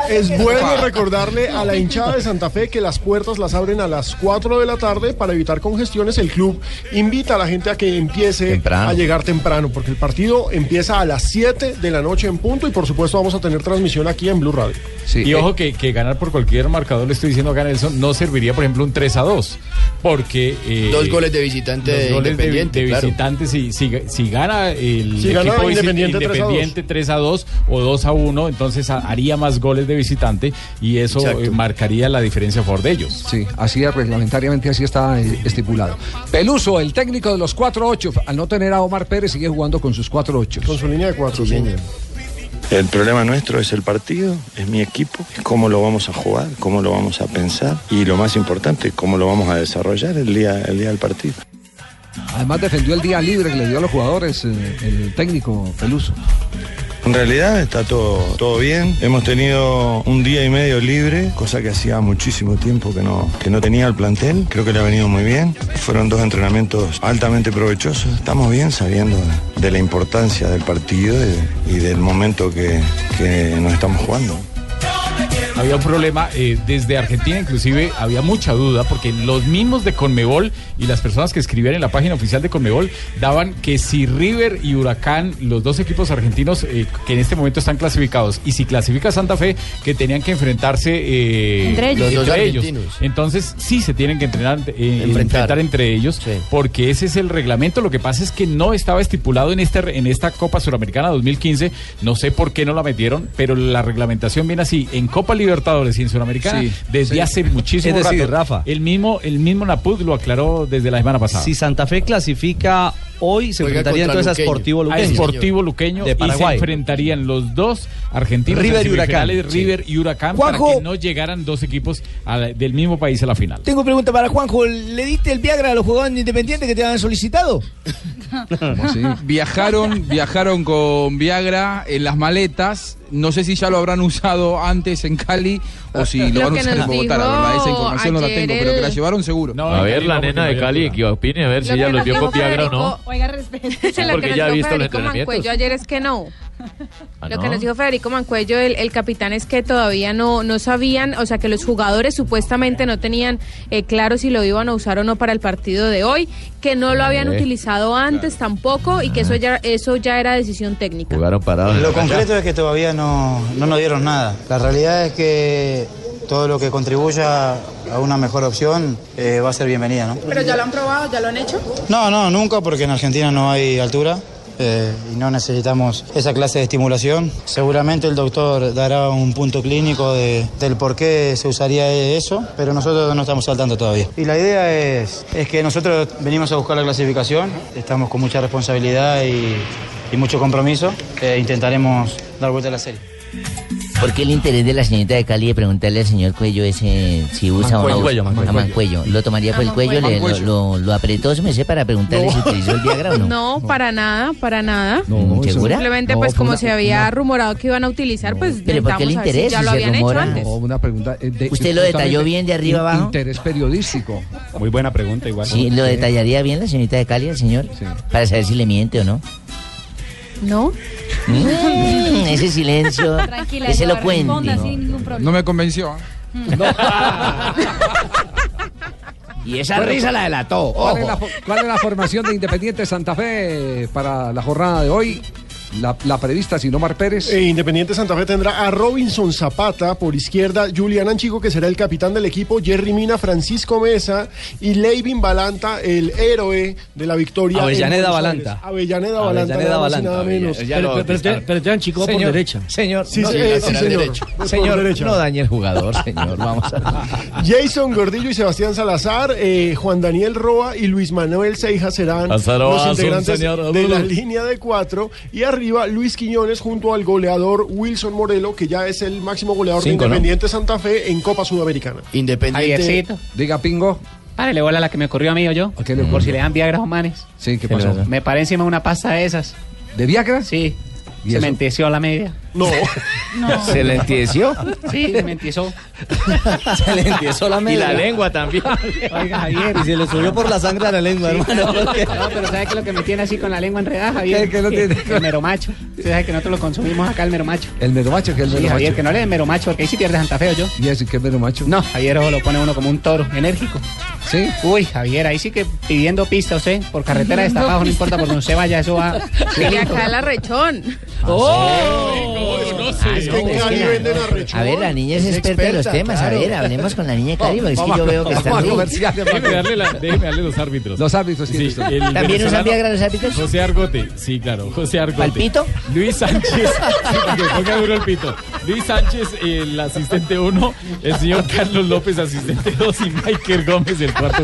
que Es no- bueno recordarle a la hinchada de Santa Fe que las puertas las abren a las 4 de la tarde para evitar congestiones. El club invita a la gente a que empiece a llegar temprano, porque el partido empieza a las 7 de la noche en punto y por supuesto vamos a tener transmisión aquí en Blue Radio. y ojo que, que ganar por cualquier marcador, le estoy diciendo acá Nelson, no serviría, por ejemplo, un 3 a 2. Porque. eh, Dos goles de visitante los de goles de, Independiente, de claro. visitante, si, si, si gana el Si equipo gana visi- Independiente 3 a 2. 3 a 2 o 2 a 1, entonces ha- haría más goles de visitante y eso Exacto. eh, marcaría la diferencia a favor de ellos. Sí, así es, pues, reglamentariamente así está eh, estipulado. Peluso, el técnico de los 4-8, al no tener a Omar Pérez, sigue jugando con sus 4-8. Con su línea de 4. El problema nuestro es el partido, es mi equipo, es cómo lo vamos a jugar, cómo lo vamos a pensar y lo más importante, cómo lo vamos a desarrollar el día, el día del partido. Además defendió el día libre que le dio a los jugadores eh, el técnico Peluso. En realidad está todo, todo bien. Hemos tenido un día y medio libre, cosa que hacía muchísimo tiempo que no, que no tenía el plantel. Creo que le ha venido muy bien. Fueron dos entrenamientos altamente provechosos. Estamos bien sabiendo de la importancia del partido y, y del momento que, que nos estamos jugando. A había un problema eh, desde Argentina, inclusive había mucha duda porque los mismos de Conmebol y las personas que escribían en la página oficial de Conmebol daban que si River y Huracán, los dos equipos argentinos eh, que en este momento están clasificados, y si clasifica Santa Fe, que tenían que enfrentarse eh, Entre ellos. Los dos entre ellos. argentinos. Entonces sí se tienen que entrenar, eh, Enfrentar. enfrentar entre ellos, porque ese es el reglamento. Lo que pasa es que no estaba estipulado en, este, en esta Copa Suramericana 2015. No sé por qué no la metieron, pero la reglamentación viene así. En Copa Libertadores y en Suramericana, Sí, desde sí. hace muchísimo Es decir, rato. Rafa. El mismo, el mismo Naput lo aclaró desde la semana pasada. Si Santa Fe clasifica hoy, se Juega enfrentaría contra entonces a Luqueño. Ah, Sportivo A Luqueño. Sportivo Luqueño de y se Paraguay. enfrentarían los dos argentinos en River y Huracán. semifinales, Sí. River y Huracán para Juanjo. que no llegaran dos equipos a la- del mismo país a la final. Tengo pregunta para Juanjo. ¿Le diste el Viagra a los jugadores independientes que te habían solicitado? Viajaron, viajaron con Viagra en las maletas. No sé si ya lo habrán usado antes en Cali o si lo, Lo van a que usar en nos Bogotá. La verdad, esa dijo información no la ayer tengo, pero que la el- llevaron seguro. a ver, la nena de Cali que opine, a ver si ella los vio con Viagra o no. Oiga, respete. Porque ya ha visto los Mancuello entrenamientos. ayer es que no. Lo que no? nos dijo Federico Mancuello, el, el capitán, es que todavía no, no sabían, o sea, que los jugadores supuestamente no tenían eh, claro si lo iban a usar o no para el partido de hoy, que no lo habían Eh, utilizado antes tampoco y que eso ya, eso ya era decisión técnica. Jugaron parados. Lo concreto es que todavía no, no nos dieron nada. La realidad es que todo lo que contribuya a una mejor opción eh, va a ser bienvenida, ¿no? Pero ya lo han probado, ya lo han hecho. No, no, nunca, porque en Argentina no hay altura. eh, y no necesitamos esa clase de estimulación. Seguramente el doctor dará un punto clínico de- del por qué se usaría eso, pero nosotros no estamos saltando todavía. Y la idea es, es que nosotros venimos a buscar la clasificación, estamos con mucha responsabilidad y, y mucho compromiso. eh, intentaremos dar vuelta a la serie. ¿Por qué el interés de la señorita de Cali de preguntarle al señor Cuello ese si usa o no Mancuello, usa? Mancuello. a Mancuello? ¿Lo tomaría por el cuello? Le, lo, lo, lo apretó, se me sé, para preguntarle si utilizó el Viagra o no? No, para nada, para nada. Mm, ¿Segura? Simplemente, No, pues, fue como una- se había rumorado que iban a utilizar, pues, intentamos a ver si ya lo habían hecho antes. No, una pregunta. eh, de- ¿Usted lo detalló justamente bien de arriba in- abajo? Interés periodístico. Muy buena pregunta, igual. Sí, ¿lo Sí. detallaría bien la señorita de Cali al señor? Para saber si le miente o no. ¿No? Mm, ese silencio Tranquila, es yo elocuente. responda sin ningún problema. No me convenció. Y esa risa la delató, ¿Cuál es ojo. la, fo- cuál es la formación de Independiente Santa Fe para la jornada de hoy? La, la prevista, si no Mar Pérez. Eh, Independiente Santa Fe tendrá a Robinson Zapata por izquierda, Julián Anchico, que será el capitán del equipo, Jerry Mina, Francisco Mesa y Leivin Balanta, el héroe de la victoria. en Avellaneda Buenos Aires. Balanta. Avellaneda Balanta. Avellaneda nada más y Balanta, nada menos. Avella- ya Pero- lo pero- bautizaron. pero- Pero Chico por Señor, derecha. Señor, Sí, no, sí, lateral sí, señor. derecho. Por Señor, derecha. no dañe el jugador, señor. Vamos a... Jason Gordillo y Sebastián Salazar, eh, Juan Daniel Roa y Luis Manuel Seija serán Lanzaró los a su integrantes señor. de la línea de cuatro. Y arriba Luis Quiñones junto al goleador Wilson Morelo, que ya es el máximo goleador Cinco, de ¿no? Independiente Santa Fe en Copa Sudamericana. Independiente. Javiercito. Diga, Pingo. Párale bola a la que me ocurrió a mí o yo. Por si le dan Viagra a manes. Sí, ¿qué pasó? Me paré encima una pasta de esas. ¿De Viagra? Sí. ¿Y Se eso? me enteció la media. No. ¿Se le entieció? Sí, se me entiezó. Se le entiezó la media. Y la lengua también. Oiga, Javier. Y se le subió por la sangre a la lengua, hermano. No, pero ¿sabes que lo que me tiene así con la lengua enredada, Javier? ¿Qué- qué lo tiene? El meromacho. Usted sabe que nosotros lo consumimos acá, el meromacho. El meromacho, que es el Sí, meromacho. Javier, que no le den meromacho, porque ahí sí pierde Santa Feo yo. ¿Y ese qué es meromacho? No, Javier ojo, lo pone uno como un toro, enérgico. ¿Sí? Uy, Javier, ahí sí que pidiendo pista usted, por carretera de Estafajo, no importa por donde usted vaya, eso va... Y acá el arrechón. Oh. Ah, Es que en Cali venden arrechón. A ver, la niña es, Es experta, en los experta, temas. claro. A ver, hablemos con la niña Cali, porque es que yo veo que está Vamos a muy- comerciales, déjeme, darle la- déjeme darle los árbitros. Los árbitros, sí. el ¿También usan venezolano Viagra los hábitos? José Argote, sí, claro, José Argote. ¿Palpito? Luis Sánchez, sí, porque ponga duro el pito. Luis Sánchez, el asistente 1, el señor Carlos López, asistente 2 y Michael Gómez, el cuarto.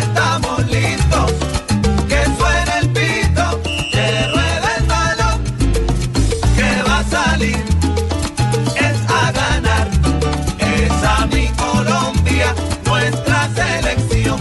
estamos listos. Que suene el pito, que ruede el balón. Que va a salir, es a ganar. Es a mi Colombia, nuestra selección.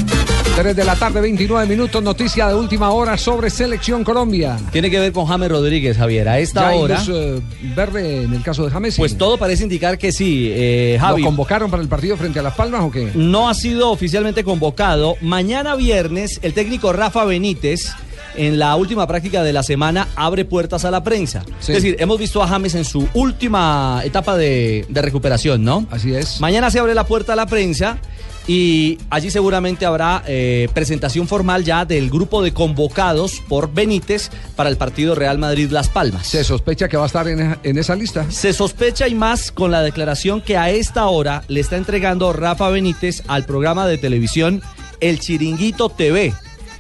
3 de la tarde, 29 minutos. Noticia de última hora sobre Selección Colombia. Tiene que ver con James Rodríguez, Javier. A esta Ya hay hora. luz, eh, verde en el caso de James. Pues todo parece indicar que sí, eh, Javi. ¿Lo convocaron para el partido frente a Las Palmas o qué? No ha sido oficialmente convocado. Mañana viernes, el técnico Rafa Benítez, en la última práctica de la semana, abre puertas a la prensa. Sí. Es decir, hemos visto a James en su última etapa de, de recuperación, ¿no? Así es. Mañana se abre la puerta a la prensa. Y allí seguramente habrá eh, presentación formal ya del grupo de convocados por Benítez para el partido Real Madrid-Las Palmas. Se sospecha que va a estar en, esa- en esa lista. Se sospecha y más con la declaración que a esta hora le está entregando Rafa Benítez al programa de televisión El Chiringuito TV,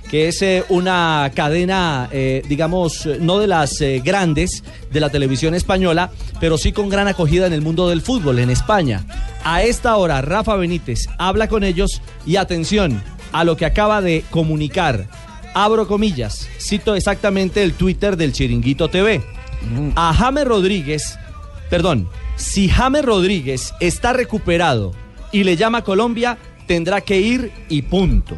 que es eh, una cadena, eh, digamos, eh, no de las eh, grandes de la televisión española, pero sí con gran acogida en el mundo del fútbol en España. A esta hora Rafa Benítez habla con ellos y atención a lo que acaba de comunicar. Abro comillas, cito exactamente el Twitter del Chiringuito TV. A James Rodríguez, perdón, si James Rodríguez está recuperado y le llama a Colombia, tendrá que ir y punto.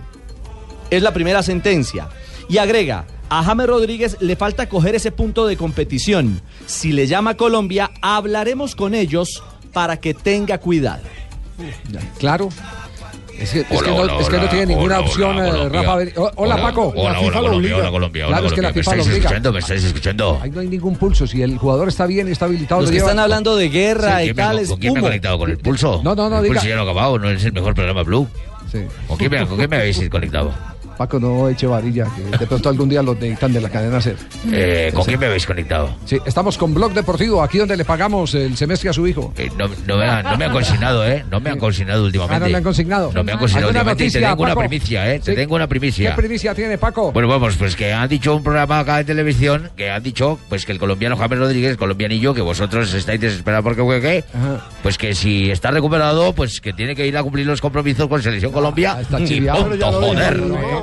Es la primera sentencia. Y agrega, a James Rodríguez le falta coger ese punto de competición. Si le llama a Colombia, hablaremos con ellos para que tenga cuidado. Claro. Es que, es Hola, que no, hola, es que no hola, tiene ninguna hola, opción hola, eh, Colombia. Rafa. Benítez. Ho- Hola, Paco. Hola, hola, Colombia, hola, Colombia, hola, Claro, es que la Colombia. ¿Me FIFA lo estáis obliga. escuchando? ¿Me estáis escuchando? Ahí no hay ningún pulso. Si el jugador está bien y está habilitado. Los lo que lleva- están hablando de guerra Sí, y ¿quién me- tal es ¿Con quién me he humo. conectado? ¿Con el pulso? No, no, no, El diga- pulso ya lo he acabado, no es el mejor programa Blue. Sí. ¿Con quién me, con quién me habéis conectado? Paco, no eche varilla. Que de pronto algún día lo necesitan de la cadena SER. Eh, ¿Con quién me habéis conectado? Sí, estamos con Blog Deportivo, aquí donde le pagamos el semestre a su hijo. Eh, no, no me han, no me han consignado, ¿eh? No me han consignado Ah, no le han últimamente. consignado. No me han consignado ¿Alguna últimamente y te noticia, tengo una Paco? primicia, ¿eh? Te tengo una ¿Qué primicia. primicia tiene, Paco? Bueno, vamos, pues que han dicho un programa acá de televisión que han dicho pues que el colombiano James Rodríguez, colombianillo, que vosotros estáis desesperados porque ¿qué, qué? Ajá. pues que si está recuperado, pues que tiene que ir a cumplir los compromisos con Ah, Selección Colombia. Está Y chiviado. punto, joder.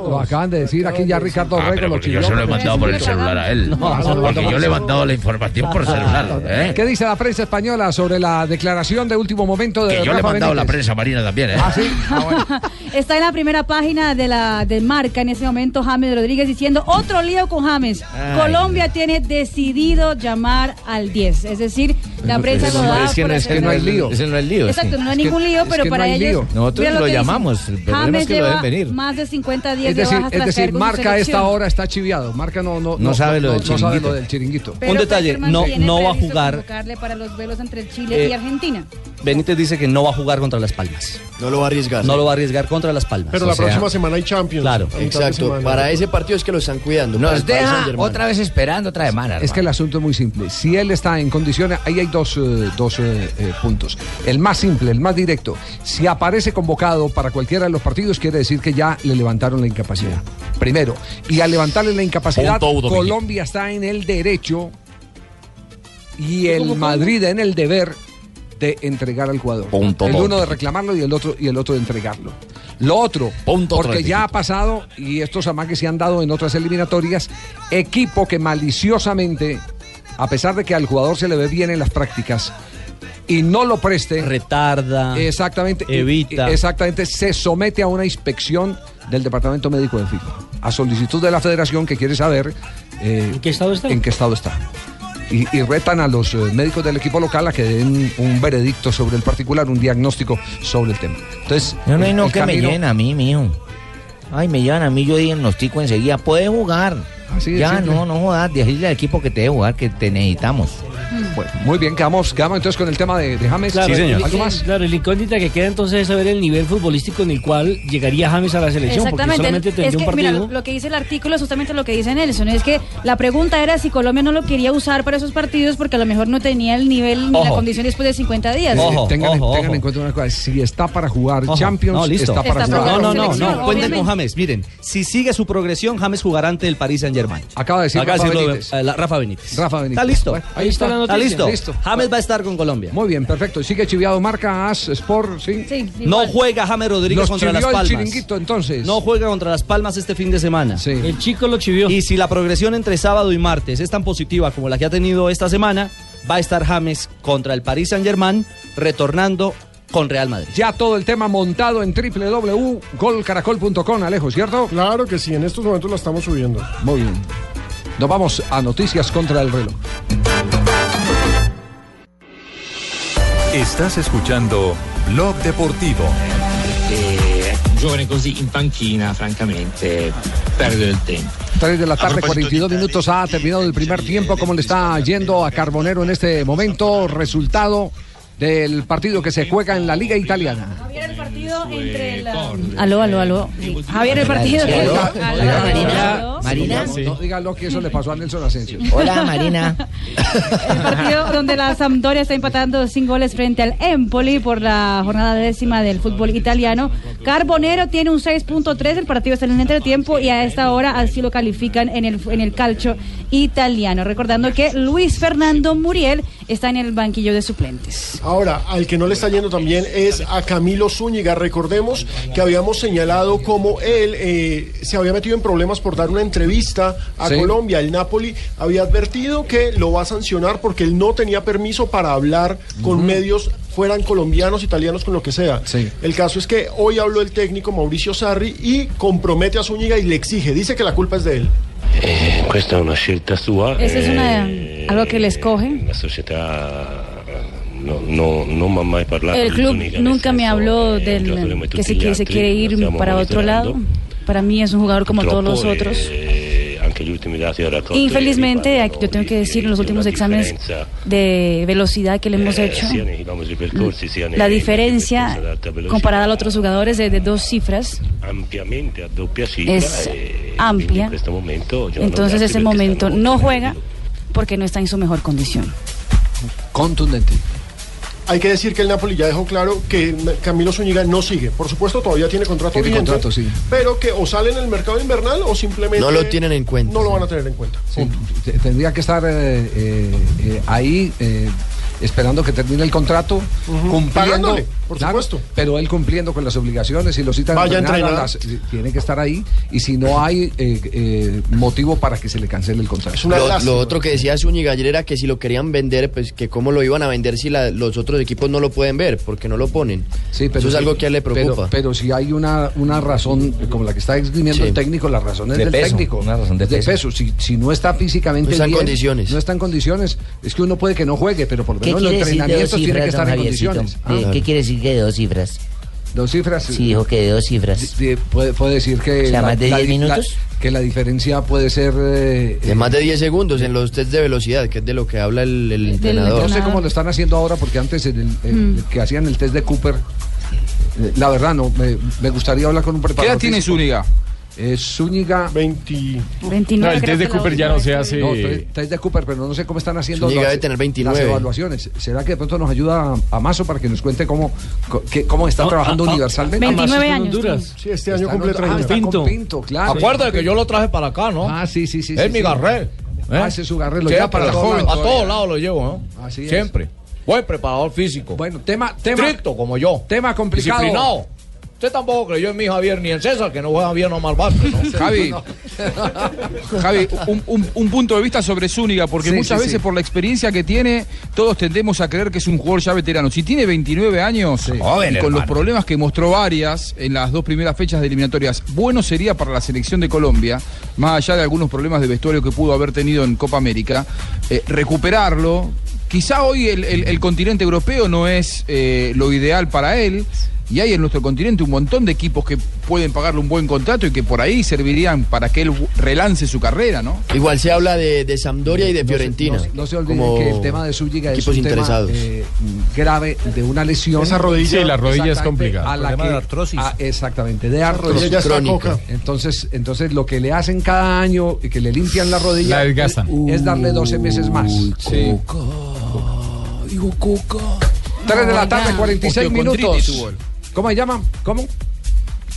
Lo, acaban de decir aquí ya Ricardo Ah, Rego, pero lo porque yo chivió. se lo he mandado por el celular a él. porque yo le he mandado la información por Ah, celular, ¿eh? ¿Qué dice la prensa española sobre la declaración de último momento de Que yo le he Rafa mandado la Benítez? prensa marina también, Ah, ¿eh? Está en la primera página de la de marca en ese momento James Rodríguez diciendo otro lío con James. Ay. Colombia tiene decidido llamar al 10. Es decir, la prensa lo da. por es hacer- que no hay lío. Ese no es lío. Exacto, sí. no hay ningún lío, pero para ellos. Nosotros vean lo, que dicen. llamamos. El problema James es que lo lleva deben venir. más de 50 días Es de decir, bajas es tras decir caer con su marca a esta selección. hora está chiviado. Marca no, no, No sabe lo del no sabe chiringuito. lo del chiringuito. Pero Un detalle, Peckerman no- tiene no va a previsto jugar. convocarle para los duelos entre Chile Eh, y Argentina. Benítez dice que no va a jugar contra Las Palmas. No lo va a arriesgar. No lo va a arriesgar ¿eh? contra Las Palmas. Pero o la sea, próxima semana hay Champions. Claro. Exacto. Para ese partido es que lo están cuidando. para el Nos Paris deja Saint-Germain. otra vez esperando otra semana. Es que el asunto es muy simple. Si él está en condiciones, ahí hay dos, eh, dos eh, eh, puntos. El más simple, el más directo. Si aparece convocado para cualquiera de los partidos, quiere decir que ya le levantaron la incapacidad. Primero. Y al levantarle la incapacidad, Punto, Udo Mejía. Colombia está en el derecho y el Madrid en el deber de entregar al jugador. Punto, el Udo uno de reclamarlo y el otro y el otro de entregarlo. Lo otro, porque ya ha pasado y estos amagues se han dado en otras eliminatorias, equipo que maliciosamente, a pesar de que al jugador se le ve bien en las prácticas y no lo preste, retarda, exactamente, y- evita. y- exactamente, se somete a una inspección del departamento médico de FIFA a solicitud de la Federación que quiere saber eh, en qué estado está. Y, y retan a los eh, médicos del equipo local a que den un veredicto sobre el particular, un diagnóstico sobre el tema. Entonces, No, no, el- no, el que me camino- lleven a mí, mijo. Ay, me llevan a mí, yo diagnostico enseguida. Puedes jugar. Ah, de ya, simple. no, no jodas. Decirle al equipo que te debe jugar, que te necesitamos. Bueno, muy bien, quedamos, quedamos entonces con el tema de, de James. Claro, el- ¿Algo más? Claro, el incógnita que queda entonces es saber el nivel futbolístico en el cual llegaría James a la selección, porque solamente tendría es que, un partido. mira, lo, lo que dice el artículo es justamente lo que dice Nelson. Es que la pregunta era si Colombia no lo quería usar para esos partidos porque a lo mejor no tenía el nivel ni la Ojo. condición después de 50 días. Eh, tengan tengan en cuenta una cosa, si está para jugar Ojo, Champions, no, listo. está para jugar. No, no, no, no, cuenten obviamente. con James. Miren, si sigue su progresión, James jugará ante el Paris Saint Germain. Acaba de decir Rafa decirlo, Benítez. eh, la- Rafa Benítez. Rafa Benítez. Está listo. Bueno, ahí está la noticia. listo. Listo. James va a estar con Colombia. Muy bien, perfecto. Sigue chiviado marca AS Sport, ¿sí? No juega James Rodríguez Nos contra chivió las el Palmas. chiringuito, entonces. No juega contra las Palmas este fin de semana. El chico lo chivió. Y si la progresión entre sábado y martes es tan positiva como la que ha tenido esta semana, va a estar James contra el Paris Saint Germain retornando con Real Madrid. Ya todo el tema montado en www.golcaracol.com, Alejo, ¿cierto? Claro que sí, en estos momentos la estamos subiendo. Muy bien. Nos vamos a noticias contra el reloj. Estás escuchando Blog Deportivo. Eh, giovane così in panchina, francamente, perdo del tempo. 3 de la tarde, propósito 42 minutos. Ha terminado el primer tiempo. ¿Cómo le está yendo a Carbonero en este momento? Resultado del partido que se juega en la Liga Italiana. el partido entre la... Aló, aló, aló. Sí. Javier, el partido... Marina. Marina. No diga lo que eso le pasó a Nelson Asensio. Hola, Marina. El partido donde la Sampdoria está empatando sin goles frente al Empoli por la jornada décima del fútbol italiano. Carbonero tiene un 6.3, el partido está en el entretiempo y a esta hora así lo califican en el, en el calcio italiano. Recordando que Luis Fernando Muriel está en el banquillo de suplentes. Ahora, al que no le está yendo también es a Camilo Zúñiga. Recordemos que habíamos señalado cómo él eh, se había metido en problemas por dar una entrevista a Sí. Colombia. El Napoli había advertido que lo va a sancionar porque él no tenía permiso para hablar con medios fueran colombianos, italianos, con lo que sea. El caso es que hoy habló el técnico Mauricio Sarri y compromete a Zúñiga y le exige, dice que la culpa es de él. Eh, questa è una scelta sua. Esa es eh, una, algo que le escoge. La società eh, no- no- non mi ha mai parlato. El di club Zuniga, nel nunca me Eh, habló giocatore del come que se, tutti gli que se altri, quiere lo ir stiamo para otro monitorando. lado. Para mí es un jugador como todos los Purtroppo, otros. eh, anche gli ultimi dati ho raccolto. Infelizmente, aquí yo tengo que decir, en los últimos exámenes de velocidad que le hemos eh, hecho, sia nei chilometri percorsi, sia nei- Mm. la diferencia ad alta velocità, comparada a otros jugadores es de dos cifras. ampiamente a doppia cifra. Es e amplia. In questo momento, giocano Eh, Entonces, gli altri ese perché momento no juega porque no está en su mejor condición. Contundente. Hay que decir que el Napoli ya dejó claro que Camilo Zúñiga no sigue. Por supuesto, todavía tiene contrato Tiene vigente, contrato, sí. Pero que o sale en el mercado invernal o simplemente... No lo tienen en cuenta. No lo van a tener en cuenta. Te- Tendría que estar eh, eh, eh, ahí eh, esperando que termine el contrato, cumpliendo, Pagándole, por supuesto. Pero él cumpliendo con las obligaciones y lo citan a Vaya entrenar, entrenar. las- eh, tiene que estar ahí y si no hay eh, eh, motivo para que se le cancele el contrato. Lo, lo otro que decía Zúñiga ayer era que si lo querían vender, pues que cómo lo iban a vender si la- los otros equipos no lo pueden ver, porque no lo ponen. Eso es sí, algo que a él le pero- preocupa. Pero, si hay una, una razón, como la que está exprimiendo Sí. el técnico, la razón es De del peso, técnico. una razón de peso. Si, si no está físicamente No está en bien, condiciones. No está en condiciones. Es que uno puede que no juegue, pero por lo ¿Qué menos en los quiere decir de dos entrenamientos tiene que cifras, don estar en Javiercito? condiciones. Ah. ¿De- ¿Qué quiere decir que de dos cifras? ¿Dos cifras? Sí, dijo que de dos cifras. puede, puede decir que... O sea, más de la- 10 la- minutos. que la diferencia puede ser... eh, De más de 10 segundos en los test de velocidad, que es de lo que habla el, el entrenador. No sé cómo lo están haciendo ahora, porque antes en el- en- Mm. que hacían el test de Cooper, eh, la verdad no, me, me gustaría hablar con un preparador. edad tiene físico. Eh, Zúñiga. 20. 29 No, el test de Cooper ya no se hace. No, tre- test de Cooper, pero no sé cómo están haciendo Zúñiga las- debe tener 29. las evaluaciones. ¿Será que de pronto nos ayuda a- a Mazo para que nos cuente cómo, co- que- cómo está No, trabajando a- a- universalmente? a Mazo está en 29 años, Honduras. Está Sí, este año en cumple Honduras. Ah, 30. está con Pinto. Pinto, claro. Acuérdate que yo lo traje para acá, ¿no? Ah, sí, sí, sí. Es sí, mi sí. garré. ¿eh? Ah, ese es su garré, lo Siempre, lleva para a todos todos- lados. A todos lados lo llevo, ¿no? Así es. Siempre. Buen preparador físico. Bueno, tema, tema. Estricto, como yo. Tema complicado. Disciplinado. Usted tampoco creyó en mí, Javier, ni en César, que no juega bien nomás básquet, ¿no? Javi, Javi, un, un- un punto de vista sobre Zúñiga, porque Sí, muchas sí, veces sí. por la experiencia que tiene, todos tendemos a creer que es un jugador ya veterano. Si tiene 29 años eh, Joven, y con los hermano. problemas que mostró varias en las dos primeras fechas de eliminatorias, bueno sería para la selección de Colombia, más allá de algunos problemas de vestuario que pudo haber tenido en Copa América, eh, recuperarlo. Quizá hoy el, el- el continente europeo no es eh, lo ideal para él. Y hay en nuestro continente un montón de equipos que pueden pagarle un buen contrato y que por ahí servirían para que él relance su carrera, ¿no? Igual se habla de, de Sampdoria y de No se- Fiorentina. no se- No se olviden Eh, que el tema de Zúñiga es equipos un tema interesados. eh, grave de una lesión. Esa rodilla- Sí, la rodilla es Exactamente, complicada. A la Problema que, de ah, exactamente, de artrosis. Rodilla ya está Crónica. coca. Entonces, entonces lo que le hacen cada año y que le limpian la rodilla La desgastan. es darle 12 meses más. Sí. Digo, Coca. 3 de la tarde, 46 Osteocondritis minutos. tuvo él. ¿Cómo se llama? ¿Cómo?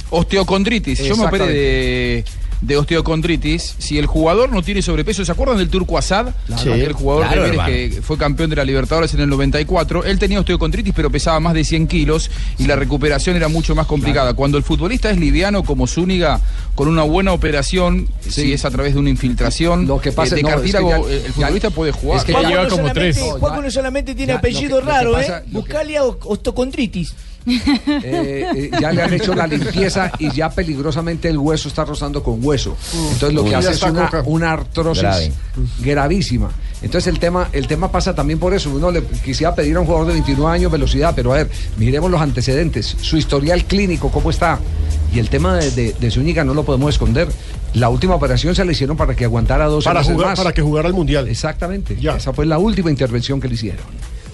Osteocondritis. Yo me operé de, de osteocondritis, si el jugador no tiene sobrepeso, ¿se acuerdan del turco Asad? Claro. Aquel Sí, jugador claro, de Vélez hermano. que fue campeón de la Libertadores en el 94. Él tenía osteocondritis, pero pesaba más de 100 kilos y la recuperación era mucho más complicada. Cuando el futbolista es liviano como Zúñiga, con una buena operación, si es a través de una infiltración lo que pasa- de no, es que cartílago, ya- el futbolista puede jugar. Juan no solamente tiene Ya, lo apellido que- lo que raro, pasa- ¿eh? Buscale a ostocondritis. Eh, eh, ya le han hecho la limpieza y ya peligrosamente el hueso está rozando con hueso. Entonces lo Uy. que Ya hace es está una, coca. una artrosis Grave. gravísima. Entonces el tema, el tema pasa también por eso. Uno le quisiera pedir a un jugador de 29 años velocidad, pero a ver, miremos los antecedentes, su historial clínico, cómo está. Y el tema de, de, de Zúñiga no lo podemos esconder. La última operación se le hicieron para que aguantara dos Para meses jugar- más. para que jugara al Mundial. Exactamente. Esa fue la última intervención que le hicieron.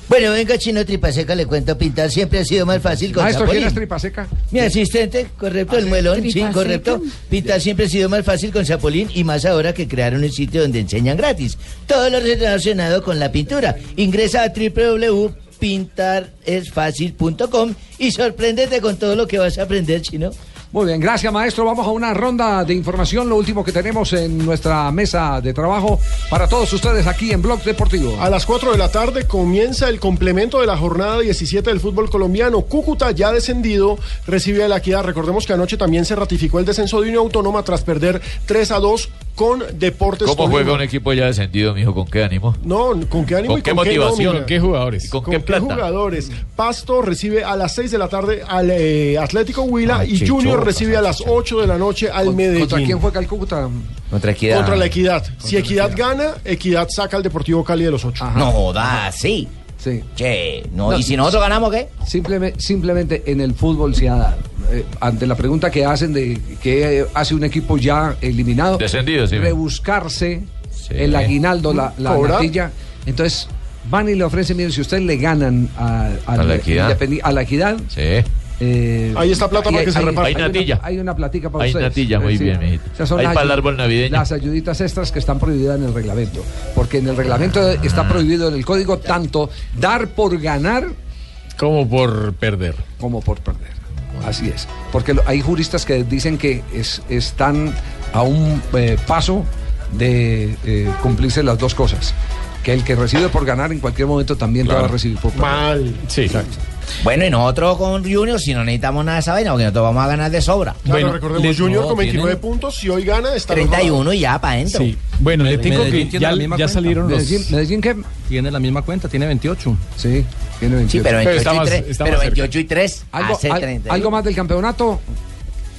Bueno, venga, Chino Tripaseca, le cuento pintar. Siempre ha sido más fácil con Maestro, ¿quién Zapolín. es Tripaseca? Mi asistente, correcto, el muelón, sí, tripas correcto. Pintar siempre ha sido más fácil con Zapolín y más ahora que crearon un sitio donde enseñan gratis. Todo lo relacionado con la pintura. Ingresa a www.pintaresfacil.com y sorpréndete con todo lo que vas a aprender, chino. Muy bien, gracias maestro. Vamos a una ronda de información, lo último que tenemos en nuestra mesa de trabajo para todos ustedes aquí en Blog Deportivo. A las 4 de la tarde comienza el complemento de la jornada 17 del fútbol colombiano. Cúcuta ya descendido, recibe a la equidad. Recordemos que anoche también se ratificó el descenso de Unión Autónoma tras perder 3 a 2 con Deportes ¿Cómo Tolima. juega un equipo ya descendido, mijo? ¿Con qué ánimo? No, ¿con qué ánimo ¿Con y qué con qué motivación? nómina? ¿Con qué jugadores? ¿Con, qué plata? jugadores? Pasto recibe a las 6 de la tarde al eh, Atlético Huila Ay, y chichorra, Junior recibe a las 8 de la noche al Medellín. ¿Contra quién juega el Cúcuta? Contra Contra la Equidad. si Equidad, gana, Equidad saca al Deportivo Cali de los 8. No joda, sí. Sí. Che, no, y si nosotros ganamos, ¿qué? Simplemente, simplemente en el fútbol se ha dado. Eh, ante la pregunta que hacen de qué hace un equipo ya eliminado, Descendido, sí. rebuscarse el aguinaldo, la, la Cobrar. natilla. Entonces van y le ofrecen, miren, si ustedes le ganan a, A la Equidad. independi- a la equidad, Sí. eh, Ahí está plata para que se reparta. Hay una- natilla. Hay una platica para Hay ustedes. natilla, muy Sí. bien, mijito. O sea, son Ahí las para el ayu- árbol navideño. Las ayuditas extras que están prohibidas en el reglamento. Porque en el reglamento Ah. está prohibido en el código tanto dar por ganar. Como por perder. Como por perder. Así es. Porque lo- hay juristas que dicen que es- están a un eh, paso de eh, cumplirse las dos cosas. Que el que recibe por ganar en cualquier momento también te va a recibir por perder. Mal. Sí, exacto. Bueno, y nosotros con Junior, si no necesitamos nada de esa vaina, porque nosotros vamos a ganar de sobra. Claro, recordemos, Junior con 29 puntos, si hoy gana está 31 y ya para adentro. Sí. Bueno, le tengo Medellín que tiene ya, la misma ya cuenta. salieron los... Medellín- qué? Tiene la misma cuenta, tiene 28. Sí, tiene 28. Sí, pero 28 está y más- tres- está pero más cerca. 28 y 3 ¿Algo, hace al- 31. algo más del campeonato?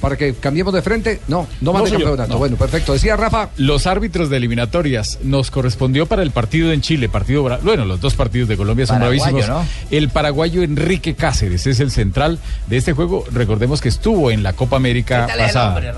Para que cambiemos de frente. No, no más No, del señor, campeonato. no. Bueno, perfecto. Decía Rafa. Los árbitros de eliminatorias nos correspondió para el partido en Chile, partido bra- bueno, los dos partidos de Colombia son Paraguayo, bravísimos. ¿no? El paraguayo Enrique Cáceres es el central de este juego. Recordemos que estuvo en la Copa América pasada.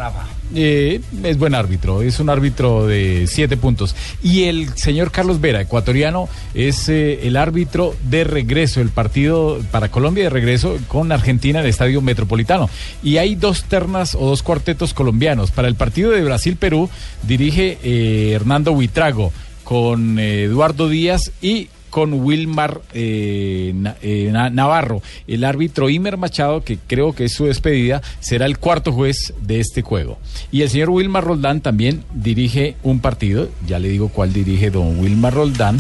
Eh, es buen árbitro, es un árbitro de siete puntos. Y el señor Carlos Vera, ecuatoriano, es eh, el árbitro de regreso, el partido para Colombia de regreso con Argentina en el Estadio Metropolitano. Y hay dos ternas o dos cuartetos colombianos. Para el partido de Brasil-Perú dirige eh, Hernando Buitrago con eh, Eduardo Díaz y con Wilmar eh, Na- eh, Na- Navarro. El árbitro Imer Machado, que creo que es su despedida, será el cuarto juez de este juego. Y el señor Wilmar Roldán también dirige un partido, ya le digo cuál dirige don Wilmar Roldán.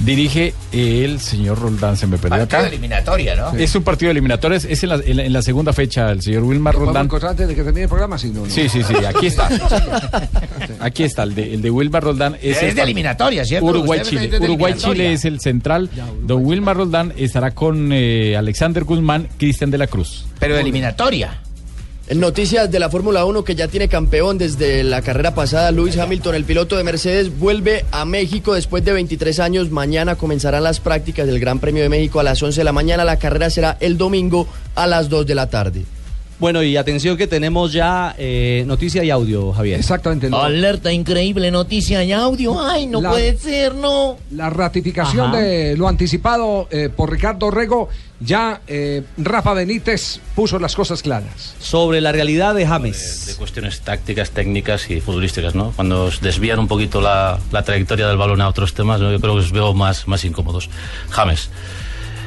Dirige el señor Roldán, se me perdió Partido acá. eliminatoria, ¿no? Es un partido de eliminatorias, es en la, en la- en la segunda fecha, el señor Wilmar ¿Podemos Roldán. encontrar antes de que termine el programa? Sí, no, no. Sí, sí, sí, aquí está. Aquí está, el de, el de Wilmar Roldán. Es el de par- eliminatoria, ¿cierto? Usted es Uruguay-Chile. de Uruguay-Chile eliminatoria. es el central. Don Wilmar Roldán estará con eh, Alexander Guzmán, Cristian de la Cruz. Pero de eliminatoria. En noticias de la Fórmula 1 que ya tiene campeón desde la carrera pasada, Lewis Hamilton, el piloto de Mercedes, vuelve a México después de 23 años. Mañana comenzarán las prácticas del Gran Premio de México a las 11 de la mañana. La carrera será el domingo a las 2 de la tarde. Bueno, y atención que tenemos ya eh, noticia y audio, Javier. Exactamente. Alerta increíble, noticia y audio. Ay, no La- puede ser, no. La ratificación Ajá. de lo anticipado eh, por Ricardo Rego, ya eh, Rafa Benítez puso las cosas claras. Sobre la realidad de James. de cuestiones tácticas, técnicas y futbolísticas, ¿no? Cuando os desvían un poquito la, la trayectoria del balón a otros temas, ¿no? yo creo que os veo más, más incómodos. James,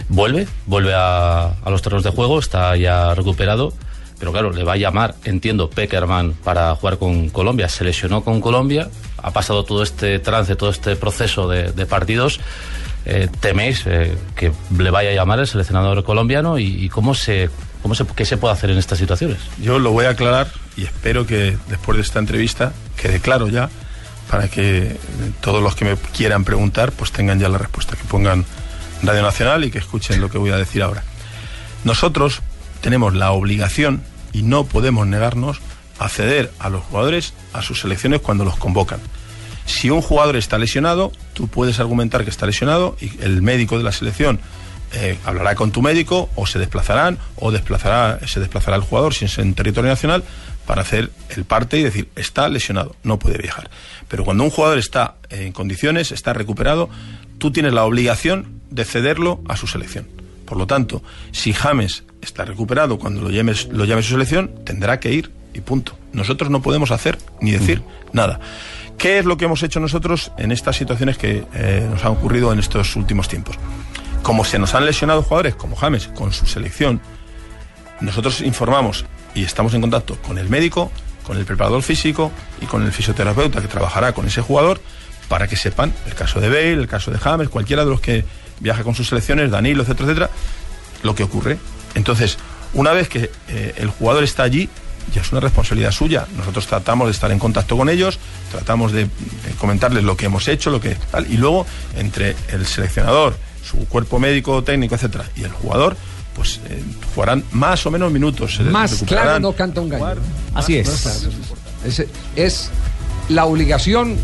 vuelve, vuelve a, a los terrenos de juego, está ya recuperado, Pero claro, le va a llamar, entiendo, Peckerman para jugar con Colombia. Se lesionó con Colombia, ha pasado todo este trance, todo este proceso de, de partidos. Eh, ¿Teméis eh, que le vaya a llamar el seleccionador colombiano y, y cómo se, cómo se, qué se puede hacer en estas situaciones? Yo lo voy a aclarar y espero que después de esta entrevista quede claro ya para que todos los que me quieran preguntar pues tengan ya la respuesta, que pongan Radio Nacional y que escuchen lo que voy a decir ahora. Nosotros tenemos la obligación y no podemos negarnos a ceder a los jugadores a sus selecciones cuando los convocan. Si un jugador está lesionado, tú puedes argumentar que está lesionado y el médico de la selección eh, hablará con tu médico o se desplazarán o desplazará, se desplazará el jugador si es en territorio nacional para hacer el parte y decir está lesionado, no puede viajar. Pero cuando un jugador está en condiciones, está recuperado, tú tienes la obligación de cederlo a su selección. Por lo tanto, si James está recuperado cuando lo, llames, lo llame su selección, tendrá que ir y punto. Nosotros no podemos hacer ni decir nada. ¿Qué es lo que hemos hecho nosotros en estas situaciones que eh, nos han ocurrido en estos últimos tiempos? Como se nos han lesionado jugadores como James con su selección, nosotros informamos y estamos en contacto con el médico, con el preparador físico y con el fisioterapeuta que trabajará con ese jugador para que sepan el caso de Bale, el caso de James, cualquiera de los que viaja con sus selecciones, Danilo, etcétera, etcétera, lo que ocurre. Entonces, una vez que eh, el jugador está allí, ya es una responsabilidad suya. Nosotros tratamos de estar en contacto con ellos, tratamos de, de comentarles lo que hemos hecho, lo que tal, y luego entre el seleccionador, su cuerpo médico, técnico, etcétera, y el jugador, pues eh, jugarán más o menos minutos. se Más recuperarán. claro no canta un gallo. Así Más- es. más claro, es, importante. Es- es la obligación,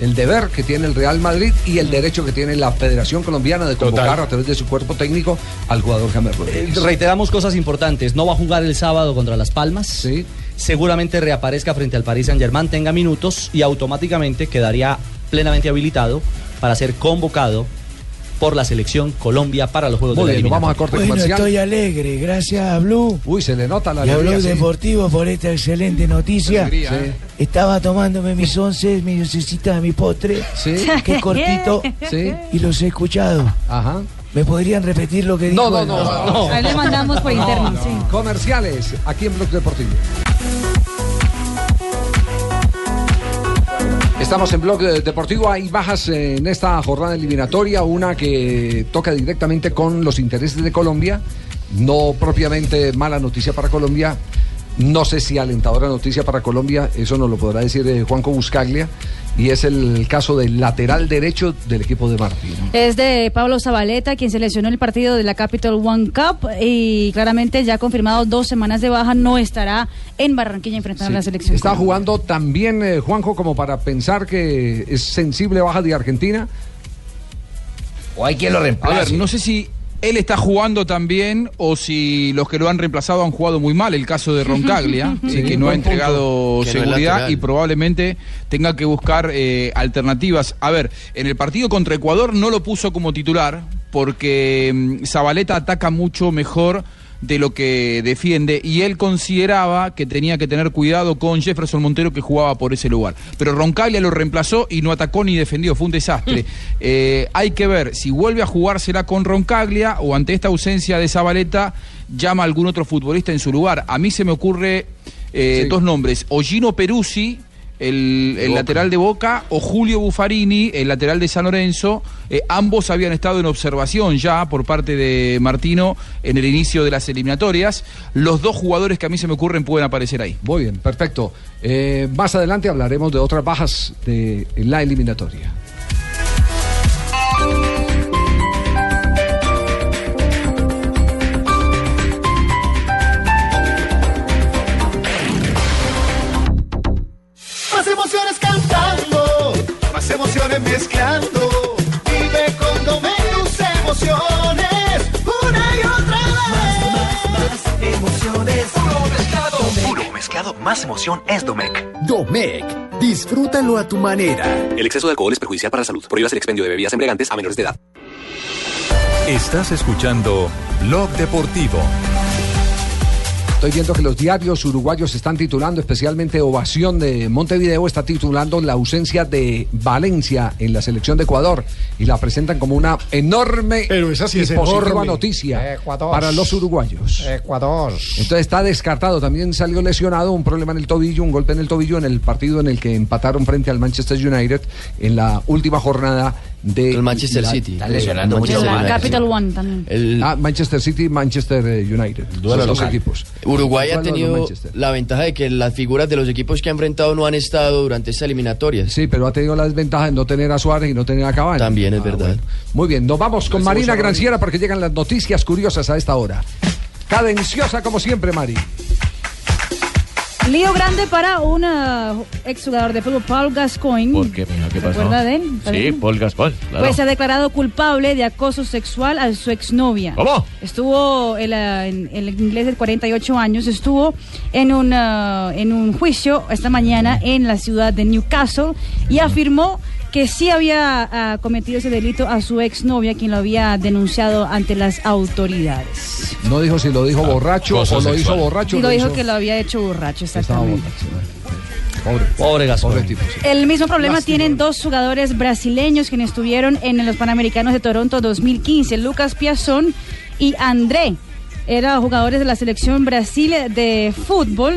el deber que tiene el Real Madrid y el derecho que tiene la Federación Colombiana de convocar a través de su cuerpo técnico al jugador James Rodríguez. Eh, Reiteramos cosas importantes. No va a jugar el sábado contra Las Palmas. Seguramente reaparezca frente al Paris Saint Germain, tenga minutos y automáticamente quedaría plenamente habilitado para ser convocado por la selección Colombia para los Juegos Muy de la bien, nos vamos a corte eliminatoria. Bueno, estoy alegre, gracias a Blue. Uy, se le nota la Y a alegría, Blue sí. Deportivo por esta excelente noticia. Alegría, ¿eh? Estaba tomándome mis once, mi dulcecita de mi postre. Que cortito. Sí. Y los he escuchado. Ajá. ¿Me podrían repetir lo que No, dijo? no, no. no. Ahí le mandamos por No, interno, no. sí. Comerciales, aquí en Blog Deportivo. Estamos en Blog eh, Deportivo, hay bajas eh, en esta jornada eliminatoria, una que toca directamente con los intereses de Colombia, no propiamente mala noticia para Colombia, no sé si alentadora noticia para Colombia, eso nos lo podrá decir eh, Juanco Buscaglia, y es el caso del lateral derecho del equipo de Martín. Es de Pablo Zabaleta, quien se lesionó el partido de la Capital One Cup y claramente ya ha confirmado dos semanas de baja, no estará en Barranquilla enfrentando a la Sí. selección. Está jugando también eh, Juanjo como para pensar que es sensible baja de Argentina. O hay quien lo reemplace. A ver, no sé si él está jugando también o si los que lo han reemplazado han jugado muy mal. El caso de Roncaglia, Sí, sí, que no buen ha entregado punto. Que no es seguridad lateral. y probablemente tenga que buscar eh, alternativas. A ver, en el partido contra Ecuador no lo puso como titular porque mm, Zabaleta ataca mucho mejor de lo que defiende y él consideraba que tenía que tener cuidado con Jefferson Montero que jugaba por ese lugar. Pero Roncaglia lo reemplazó y no atacó ni defendió, fue un desastre. Eh, hay que ver si vuelve a jugársela con Roncaglia o ante esta ausencia de Zabaleta llama a algún otro futbolista en su lugar. A mí se me ocurre eh, dos nombres, o Gino Peruzzi, el, el lateral de Boca, o Julio Buffarini, el lateral de San Lorenzo. Eh, ambos habían estado en observación ya por parte de Martino en el inicio de las eliminatorias. Los dos jugadores que a mí se me ocurren pueden aparecer ahí. Muy bien, perfecto. Eh, más adelante hablaremos de otras bajas de la eliminatoria. Más emociones cantando, más emociones mezclando. Vive con menos emociones, una y otra vez. Más, más, emociones. Puro mezclado. Puro mezclado, más emoción es Domec. Domec, disfrútalo a tu manera. El exceso de alcohol es perjudicial para la salud. Prohíbas el expendio de bebidas embriagantes a menores de edad. Estás escuchando Blog Deportivo. Estoy viendo que los diarios uruguayos están titulando, especialmente Ovación de Montevideo, está titulando la ausencia de Valencia en la selección de Ecuador y la presentan como una enorme Pero esa sí y es positiva enorme. noticia Ecuador. para los uruguayos. Ecuador. Entonces está descartado. También salió lesionado un problema en el tobillo, un golpe en el tobillo en el partido en el que empataron frente al Manchester United en la última jornada de el Manchester City. Está lesionando mucho La Capital One también. Ah, Manchester City, Manchester eh, United. Duelo Son los local. equipos. Uruguay ha Duelo de tenido Manchester. la ventaja de que las figuras de los equipos que ha enfrentado no han estado durante esta eliminatoria. Sí, pero ha tenido la desventaja de no tener a Suárez y no tener a Cavani. Ah, También es verdad. Muy bien, nos vamos con Gracias, Marina Gonzalo. Granciera porque llegan las noticias curiosas a esta hora. Cadenciosa como siempre, Mari. Lío grande para un exjugador de fútbol, Paul Gascoigne. ¿Por qué, mija? ¿Qué ¿Se pasó? acuerda de él? Sí, Paul Gaspar, claro. Pues se ha declarado culpable de acoso sexual a su exnovia. ¿Cómo? Estuvo, el, ah, en, el inglés de 48 años, estuvo en, una- en un juicio esta mañana en la ciudad de Newcastle y afirmó que sí había ah, cometido ese delito a su exnovia, quien lo había denunciado ante las autoridades. No dijo si lo dijo Ah, borracho o cosa lo hizo sexual. borracho. Y o lo dijo hizo- que lo había hecho borracho, Estaba exactamente. borracho. Pobre, pobre Gaspar. El mismo problema tienen dos jugadores brasileños quienes estuvieron en los Panamericanos de Toronto 2015, Lucas Piazón y André. Eran jugadores de la selección Brasil de fútbol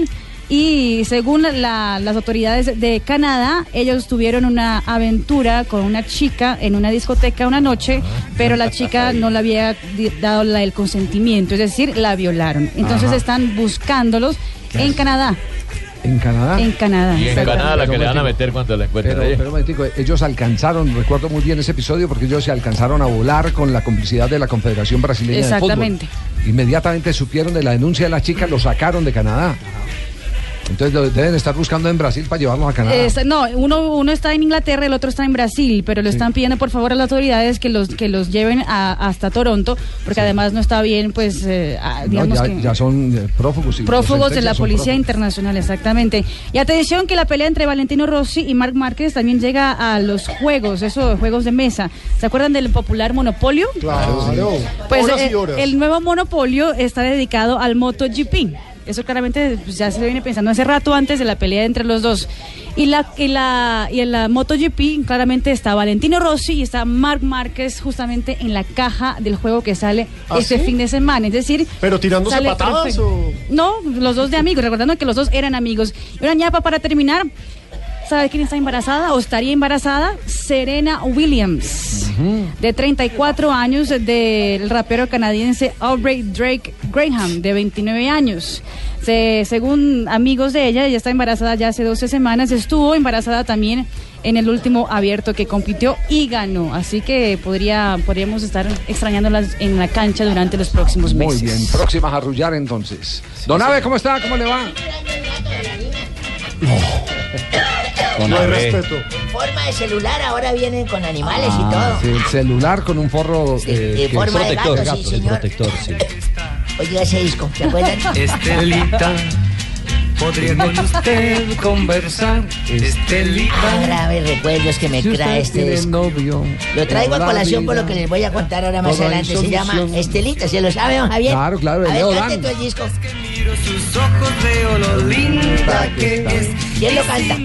y según la- las autoridades de Canadá, ellos tuvieron una aventura con una chica en una discoteca una noche, Ah, pero la chica no le había di- dado la- el consentimiento, es decir, la violaron. Entonces Ajá. están buscándolos en Canadá. En Canadá. En Canadá. Y en Canadá la que le van a Pero, meter cuando la encuentren. Pero, ahí. pero un momentico, ellos alcanzaron, recuerdo muy bien ese episodio, porque ellos se alcanzaron a volar con la complicidad de la Confederación Brasileña Exactamente. de Fútbol. Inmediatamente supieron de la denuncia de la chica, lo sacaron de Canadá. Entonces lo deben estar buscando en Brasil para llevarlos a Canadá. Es- no, uno, uno está en Inglaterra, el otro está en Brasil, pero le están pidiendo por favor a las autoridades que los que los lleven a- hasta Toronto, porque además no está bien, pues, eh, a- No, digamos ya, que ya son eh, prófugos. y prófugos de la sentencias son Policía prófugos. Internacional, exactamente. Y atención que la pelea entre Valentino Rossi y Marc Márquez también llega a los juegos, esos juegos de mesa. ¿Se acuerdan del popular Monopolio? Claro. Pues horas y eh, horas. el nuevo monopolio está dedicado al MotoGP. Eso claramente pues, ya se viene pensando hace rato antes de la pelea entre los dos. Y la y la y en la MotoGP claramente está Valentino Rossi y está Marc Márquez justamente en la caja del juego que sale ¿Ah, este sí? fin de semana, es decir, Pero tirándose sale patadas perfecto. o No, los dos de amigos, recordando que los dos eran amigos. Y una ñapa para terminar, ¿sabe quién está embarazada o estaría embarazada? Serena Williams, de 34 años, del rapero canadiense Aubrey Drake Graham, de 29 años. Se- según amigos de ella, ella está embarazada ya hace 12 semanas, estuvo embarazada también en el último abierto que compitió y ganó. Así que podría, podríamos estar extrañándolas en la cancha durante los próximos Muy meses. bien, próximas a arrullar entonces. Don Abe, ¿cómo está? ¿Cómo le va? No hay Abe. respeto. forma de celular ahora vienen con animales y Ah, todo. sí, el celular con un forro eh, de que- forma de Protector, gato, sí, gato, señor. protector, sí. Oiga ese disco, ¿se acuerdan? Estelita, podría con usted conversar. Ah, Estelita. graves recuerdos que me Si usted trae este tiene disco. novio. Lo traigo a la colación por vida, lo que les voy a contar ahora más toda adelante. Se llama insolución. Estelita, ¿se lo sabe, don Javier? Claro, claro, de A ver, Leo cante Dan. tú el disco. Sus ojos veo lo linda que es. ¿Quién lo canta?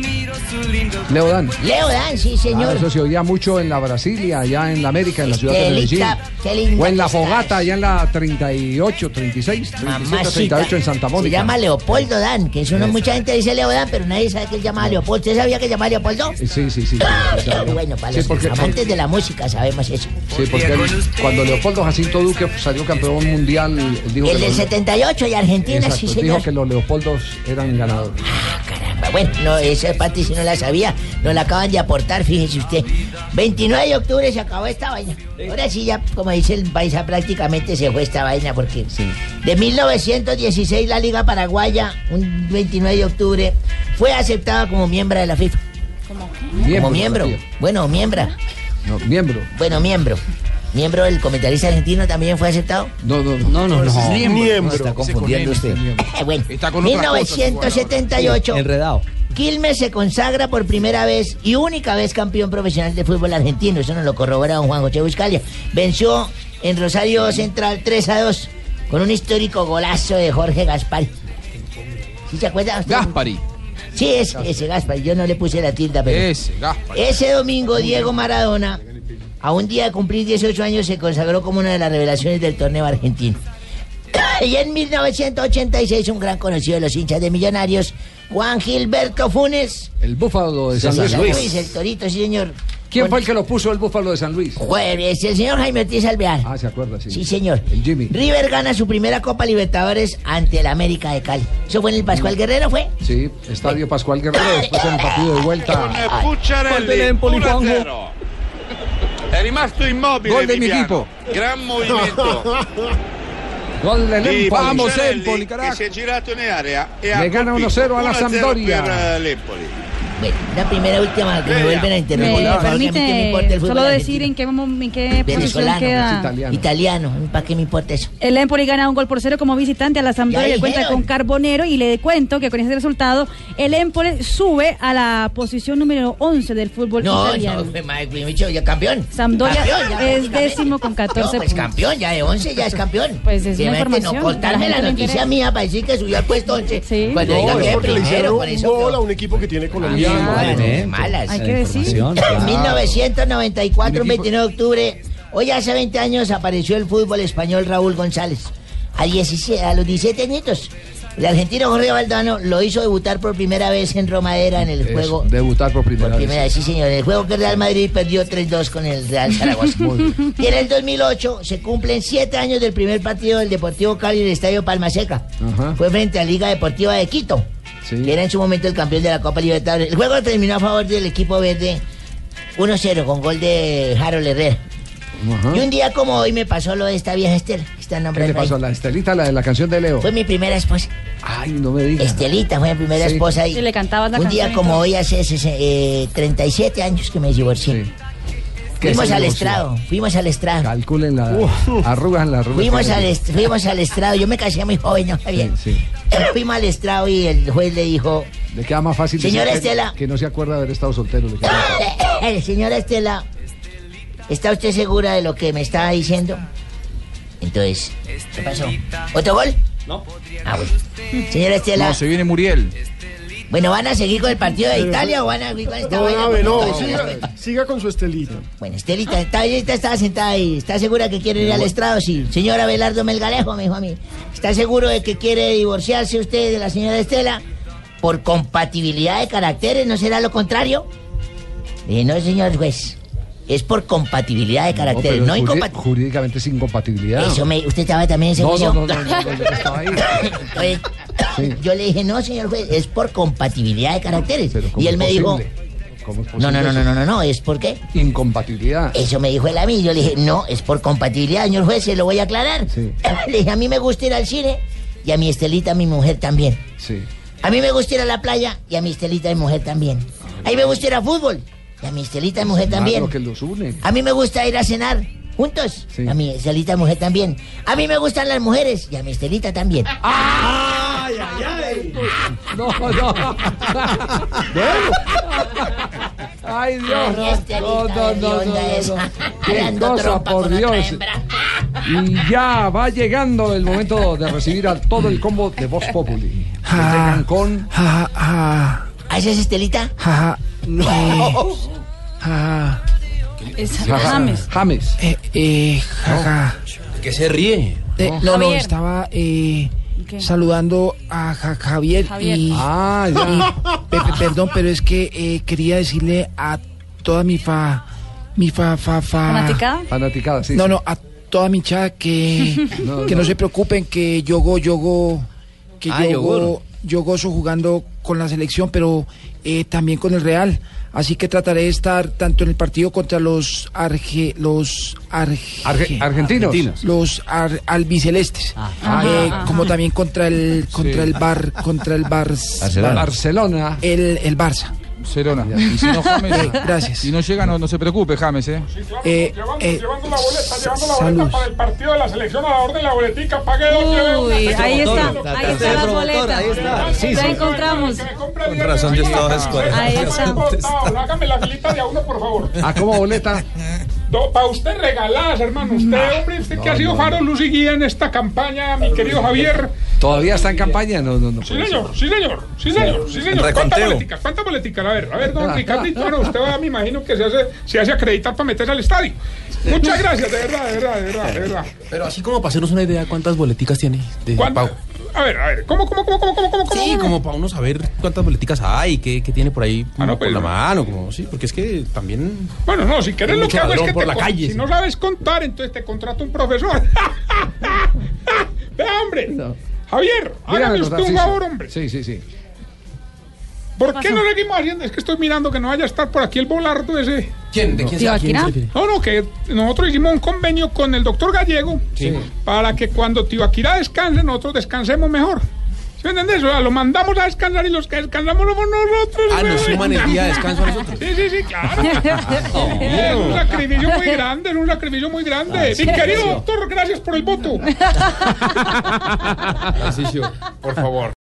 Leo Dan. Leo Dan, sí, Ah, señor. eso se oía mucho en la Brasilia, allá en la América, en la ciudad de Medellín. Estelita, qué linda O en la que estás. Fogata, allá en la 38, 36, 37, 38 en Santa Mónica. Se llama Leopoldo Dan, que eso no mucha gente dice Leo Dan, pero nadie sabe que él llamaba Leopoldo. ¿Usted sabía que llamaba Leopoldo? Eh, Sí, sí, sí. sí, sí, sí. Bueno, para Sí, los porque- amantes de la música sabemos eso. Sí, porque él- cuando Leopoldo Jacinto Duque salió campeón mundial, él dijo El que del los- 78 y Argentina, Exacto, sí, él señor. dijo que los Leopoldos eran ganadores. Ah, Bueno, no, esa parte si no la sabía, nos la acaban de aportar, fíjese usted. 29 de octubre se acabó esta vaina. Ahora sí ya, como dice el paisa, prácticamente se fue esta vaina porque de 1916 la Liga Paraguaya, un 29 de octubre, fue aceptada como miembro de la FIFA. Miembro, como miembro. tío. Bueno, miembra. No, miembro. Bueno, miembro. Miembro del comentarista argentino también fue aceptado. No, no, no, no, no. Miembro. Está confundiendo Ese usted. con miembro. Ah, bueno, con otras cosas, 1978. igual. Enredado. Quilmes se consagra por primera vez y única vez campeón profesional de fútbol argentino. Eso nos lo corrobora don Juan José Buscalia. Venció en Rosario Central 3 a 2 con un histórico golazo de Jorge Gaspar. ¿Sí se acuerda? usted? Gaspari. Sí, es, ese Gaspar, yo no le puse la tilda, pero... Ese, Gaspar. Ese domingo Diego Maradona, a un día de cumplir 18 años, se consagró como una de las revelaciones del torneo argentino. Y en 1986 un gran conocido de los hinchas de Millonarios, Juan Gilberto Funes. El búfalo de Sí, San señor, Luis. Ah, el torito, sí señor. ¿Quién fue el que lo puso el búfalo de San Luis? Jueves, el señor Jaime Ortiz Alvear. Ah, se acuerda, sí. Sí, señor. Jimmy. River gana su primera Copa Libertadores ante el América de Cali. ¿Eso fue en el Mm. Pascual Guerrero, fue? Sí, Estadio Pascual Guerrero, después en el partido de vuelta. Pucciarelli Empoli, 1 Juanjo. 0 è rimasto immobile Gol del mio Viviano. gran movimento Gol del di Empoli. Vamos, Pucciarelli, Empoli, che si è girato in area e Le ha gana colpito. 1-0 alla 1-0 Sampdoria. per, eh, l'Empoli Bueno, la primera última que me vuelven a Eh, Me interrumpir. por favor, que a mí que me permite importa el fútbol solo decir argentino. en qué, mom- en qué posición venezolano, queda. italiano. italiano, ¿para qué me importa eso? El Empoli gana un gol por cero como visitante a la Sampdoria. Ya Le cuenta dijeron. con Carbonero y le cuento que con ese resultado el Empoli sube a la posición número 11 del fútbol No, pues, italiano. no, fue madre, fue mucho, ya campeón. Sampdoria Campeón, ya, es décimo con 14 No, pues puntos. campeón, ya de 11 ya es campeón. Pues es Que una me- que información. No contarme La la, gente le noticia interesa. mía para decir que subió al puesto 11. Cuando No, diga es que es porque le hicieron Pues primero, por un eso. gol a un equipo que tiene colombiano. Malas, eh, malas. Ah, Hay que decir. En 1994, un 29 de octubre, hoy hace 20 años apareció el fútbol español Raúl González. A, 17, a los 17 añitos. El argentino Jorge Valdano lo hizo debutar por primera vez en Romadera en el juego. Debutar por primera, Primera vez. vez, sí señor, el juego que el Real Madrid perdió 3-2 con el Real Zaragoza. Muy bien. Y en el 2008 se cumplen 7 años del primer partido del Deportivo Cali en el Estadio Palma Seca. Ajá. Fue frente a Liga Deportiva de Quito, que era en su momento el campeón de la Copa Libertadores. El juego terminó a favor del equipo verde 1-0 con gol de Harold Herrera. Y un día como hoy me pasó lo de esta vieja Esther, que está ¿Qué le nombrando ahí. pasó? La Estelita, la de la canción de Leo. Fue mi primera esposa. Ay, no me digas. Estelita fue mi primera Sí. esposa. Y le cantabas la Un día canción y como todo. hoy hace sese- eh, 37 años que me divorcié. Que Fuimos se al divorció. estrado, fuimos al estrado. Calculen las arrugas en la arruga. Fuimos al, est- fuimos al estrado, yo me casé muy joven, ¿no? Está bien. Sí, sí. Fuimos al estrado y el juez le dijo, Le queda más fácil decir Señora que- Estela. que no se acuerda de haber estado soltero. le queda más fácil. "Eh, señora Estela, ¿está usted segura de lo que me estaba diciendo? Entonces, ¿qué pasó? ¿Otro gol? No. Ah, bueno. Señora Estela, No, se viene Muriel. bueno, ¿van a seguir con el partido de Italia o van a seguir con esta No, vaina? Nave, no, Entonces, siga, siga con su estelita. Bueno, Estelita, está, Estelita estaba sentada ahí. ¿Está segura que quiere ir al estrado? Sí. Señora Belardo Melgalejo, me dijo a mí. ¿Está seguro de que quiere divorciarse usted de la señora Estela? Por compatibilidad de caracteres, ¿no será lo contrario? Le dije, no, señor juez. Es por compatibilidad de caracteres, pero no, juri- incompatibilidad. Jurídicamente es incompatibilidad. Eso me, usted estaba también en ese No, no, juicio. no, no, no, no, yo estaba ahí. Oye, Yo le dije, no, señor juez, es por compatibilidad de caracteres. Y él me dijo, ¿Cómo es no, posible no, no, eso? no, no, no, no, es por qué. Incompatibilidad. Eso me dijo él a mí. Yo le dije, no, es por compatibilidad, señor juez, se lo voy a aclarar. Sí. Le dije, a mí me gusta ir al cine y a mi Estelita, mi mujer también. Sí. A mí me gusta ir a la playa y a mi Estelita, mi mujer también. A mí me gusta ir a fútbol y a mi Estelita, mi mujer Más también. Lo que los une. A mí me gusta ir a cenar juntos. Sí. A mi Estelita, mi mujer también. A mí me gustan las mujeres y a mi Estelita también. No, no. Bueno. Ay, Dios. Ay, Estelita, No, no, no, no, hedionda no, esa. no. Qué Dando cosa, trompa por con otra Dios. hembra. Y ya va llegando el momento de recibir a todo el combo de Voz Populi. Llegan con. ¿Ah, esa es Estelita? No. Es James. James. James. Eh, Que se ríe. Eh, No. no, no, Javier. estaba eh, saludando a Ja- Javier, Javier. y, Ah, ya. y- pe- pe- perdón, pero es que eh, quería decirle a toda mi fa, mi fa, fa, fa. ¿Fanaticada? Fanaticada, sí. No, sí. no, a toda mi hinchada que, No, que no. no. se preocupen, que yogo, yogo, que Ah, yogur. yogo, yo gozo jugando con la selección, pero eh, también con el Real. Así que trataré de estar tanto en el partido contra los arge, los arge- Arge- argentinos. Argentinos. los ar- albicelestes, Eh, Ajá. como también contra el contra el bar contra el bar Barcelona. Barcelona. el, el Barça. Barcelona. Y si no, James. Eh, gracias. Si no llega, no, no se preocupe, James, ¿eh? Eh, Llevando, eh, llevando la boleta, s- llevando la salud. boleta para el partido de la selección a la orden la boletica, pague dos, lleve una. Uy, ahí está, Promotor, ahí está la boleta. Sí, Ya sí. encontramos. Con razón yo estaba Ahí descuadrado. Ah. está. Hágame la filita de a uno, por favor. ¿A cómo boleta? para usted regaladas, hermano. Usted, hombre, usted que No, ha sido no, faro, luz y guía en esta campaña, mi querido Javier. ¿Todavía está en campaña? No, no, no. Sí, señor, sí, señor, sí, señor, sí, señor. ¿Cuánta Reconteo. boletica? ¿Cuánta boletica? A ver, a ver, don Ricardo, bueno, usted va, me imagino que se hace, se hace acreditar para meterse al estadio. Muchas gracias, de verdad, de verdad, de verdad, de verdad. Pero así como para hacernos una idea, ¿cuántas boleticas tiene de Pau? A ver, a ver, ¿cómo, cómo, cómo, cómo, cómo, cómo? cómo? Sí, como para uno saber cuántas boleticas hay, qué, qué tiene por ahí Ah, no, por pues, la mano, como sí, porque es que también... Bueno, no, si quieres Hay lo mucho que hago es ladrón que por te la con- calle, si sí. no sabes contar, entonces te contrato un profesor. Vea, hombre. Javier, Dígame, hágame usted un Tarcisio. favor, hombre. Sí, sí, sí. ¿Por qué no seguimos haciendo? Es que estoy mirando que no vaya a estar por aquí el volardo ese. ¿Quién? ¿De quién se- a quién se Tibaquirá? refiere? No, no, que nosotros hicimos un convenio con el doctor Gallego Sí. para que cuando Tibaquirá descanse, nosotros descansemos mejor. ¿Sí me entendés? O sea, lo mandamos a descansar y los que descansamos somos nosotros. Ah, nos güey. suman el día de descanso a nosotros. Ah, Sí, sí, sí, claro. es un sacrificio muy grande, es un sacrificio muy grande. Ah, sí, Mi querido sí. doctor, gracias por el voto. Tarcisio, por favor.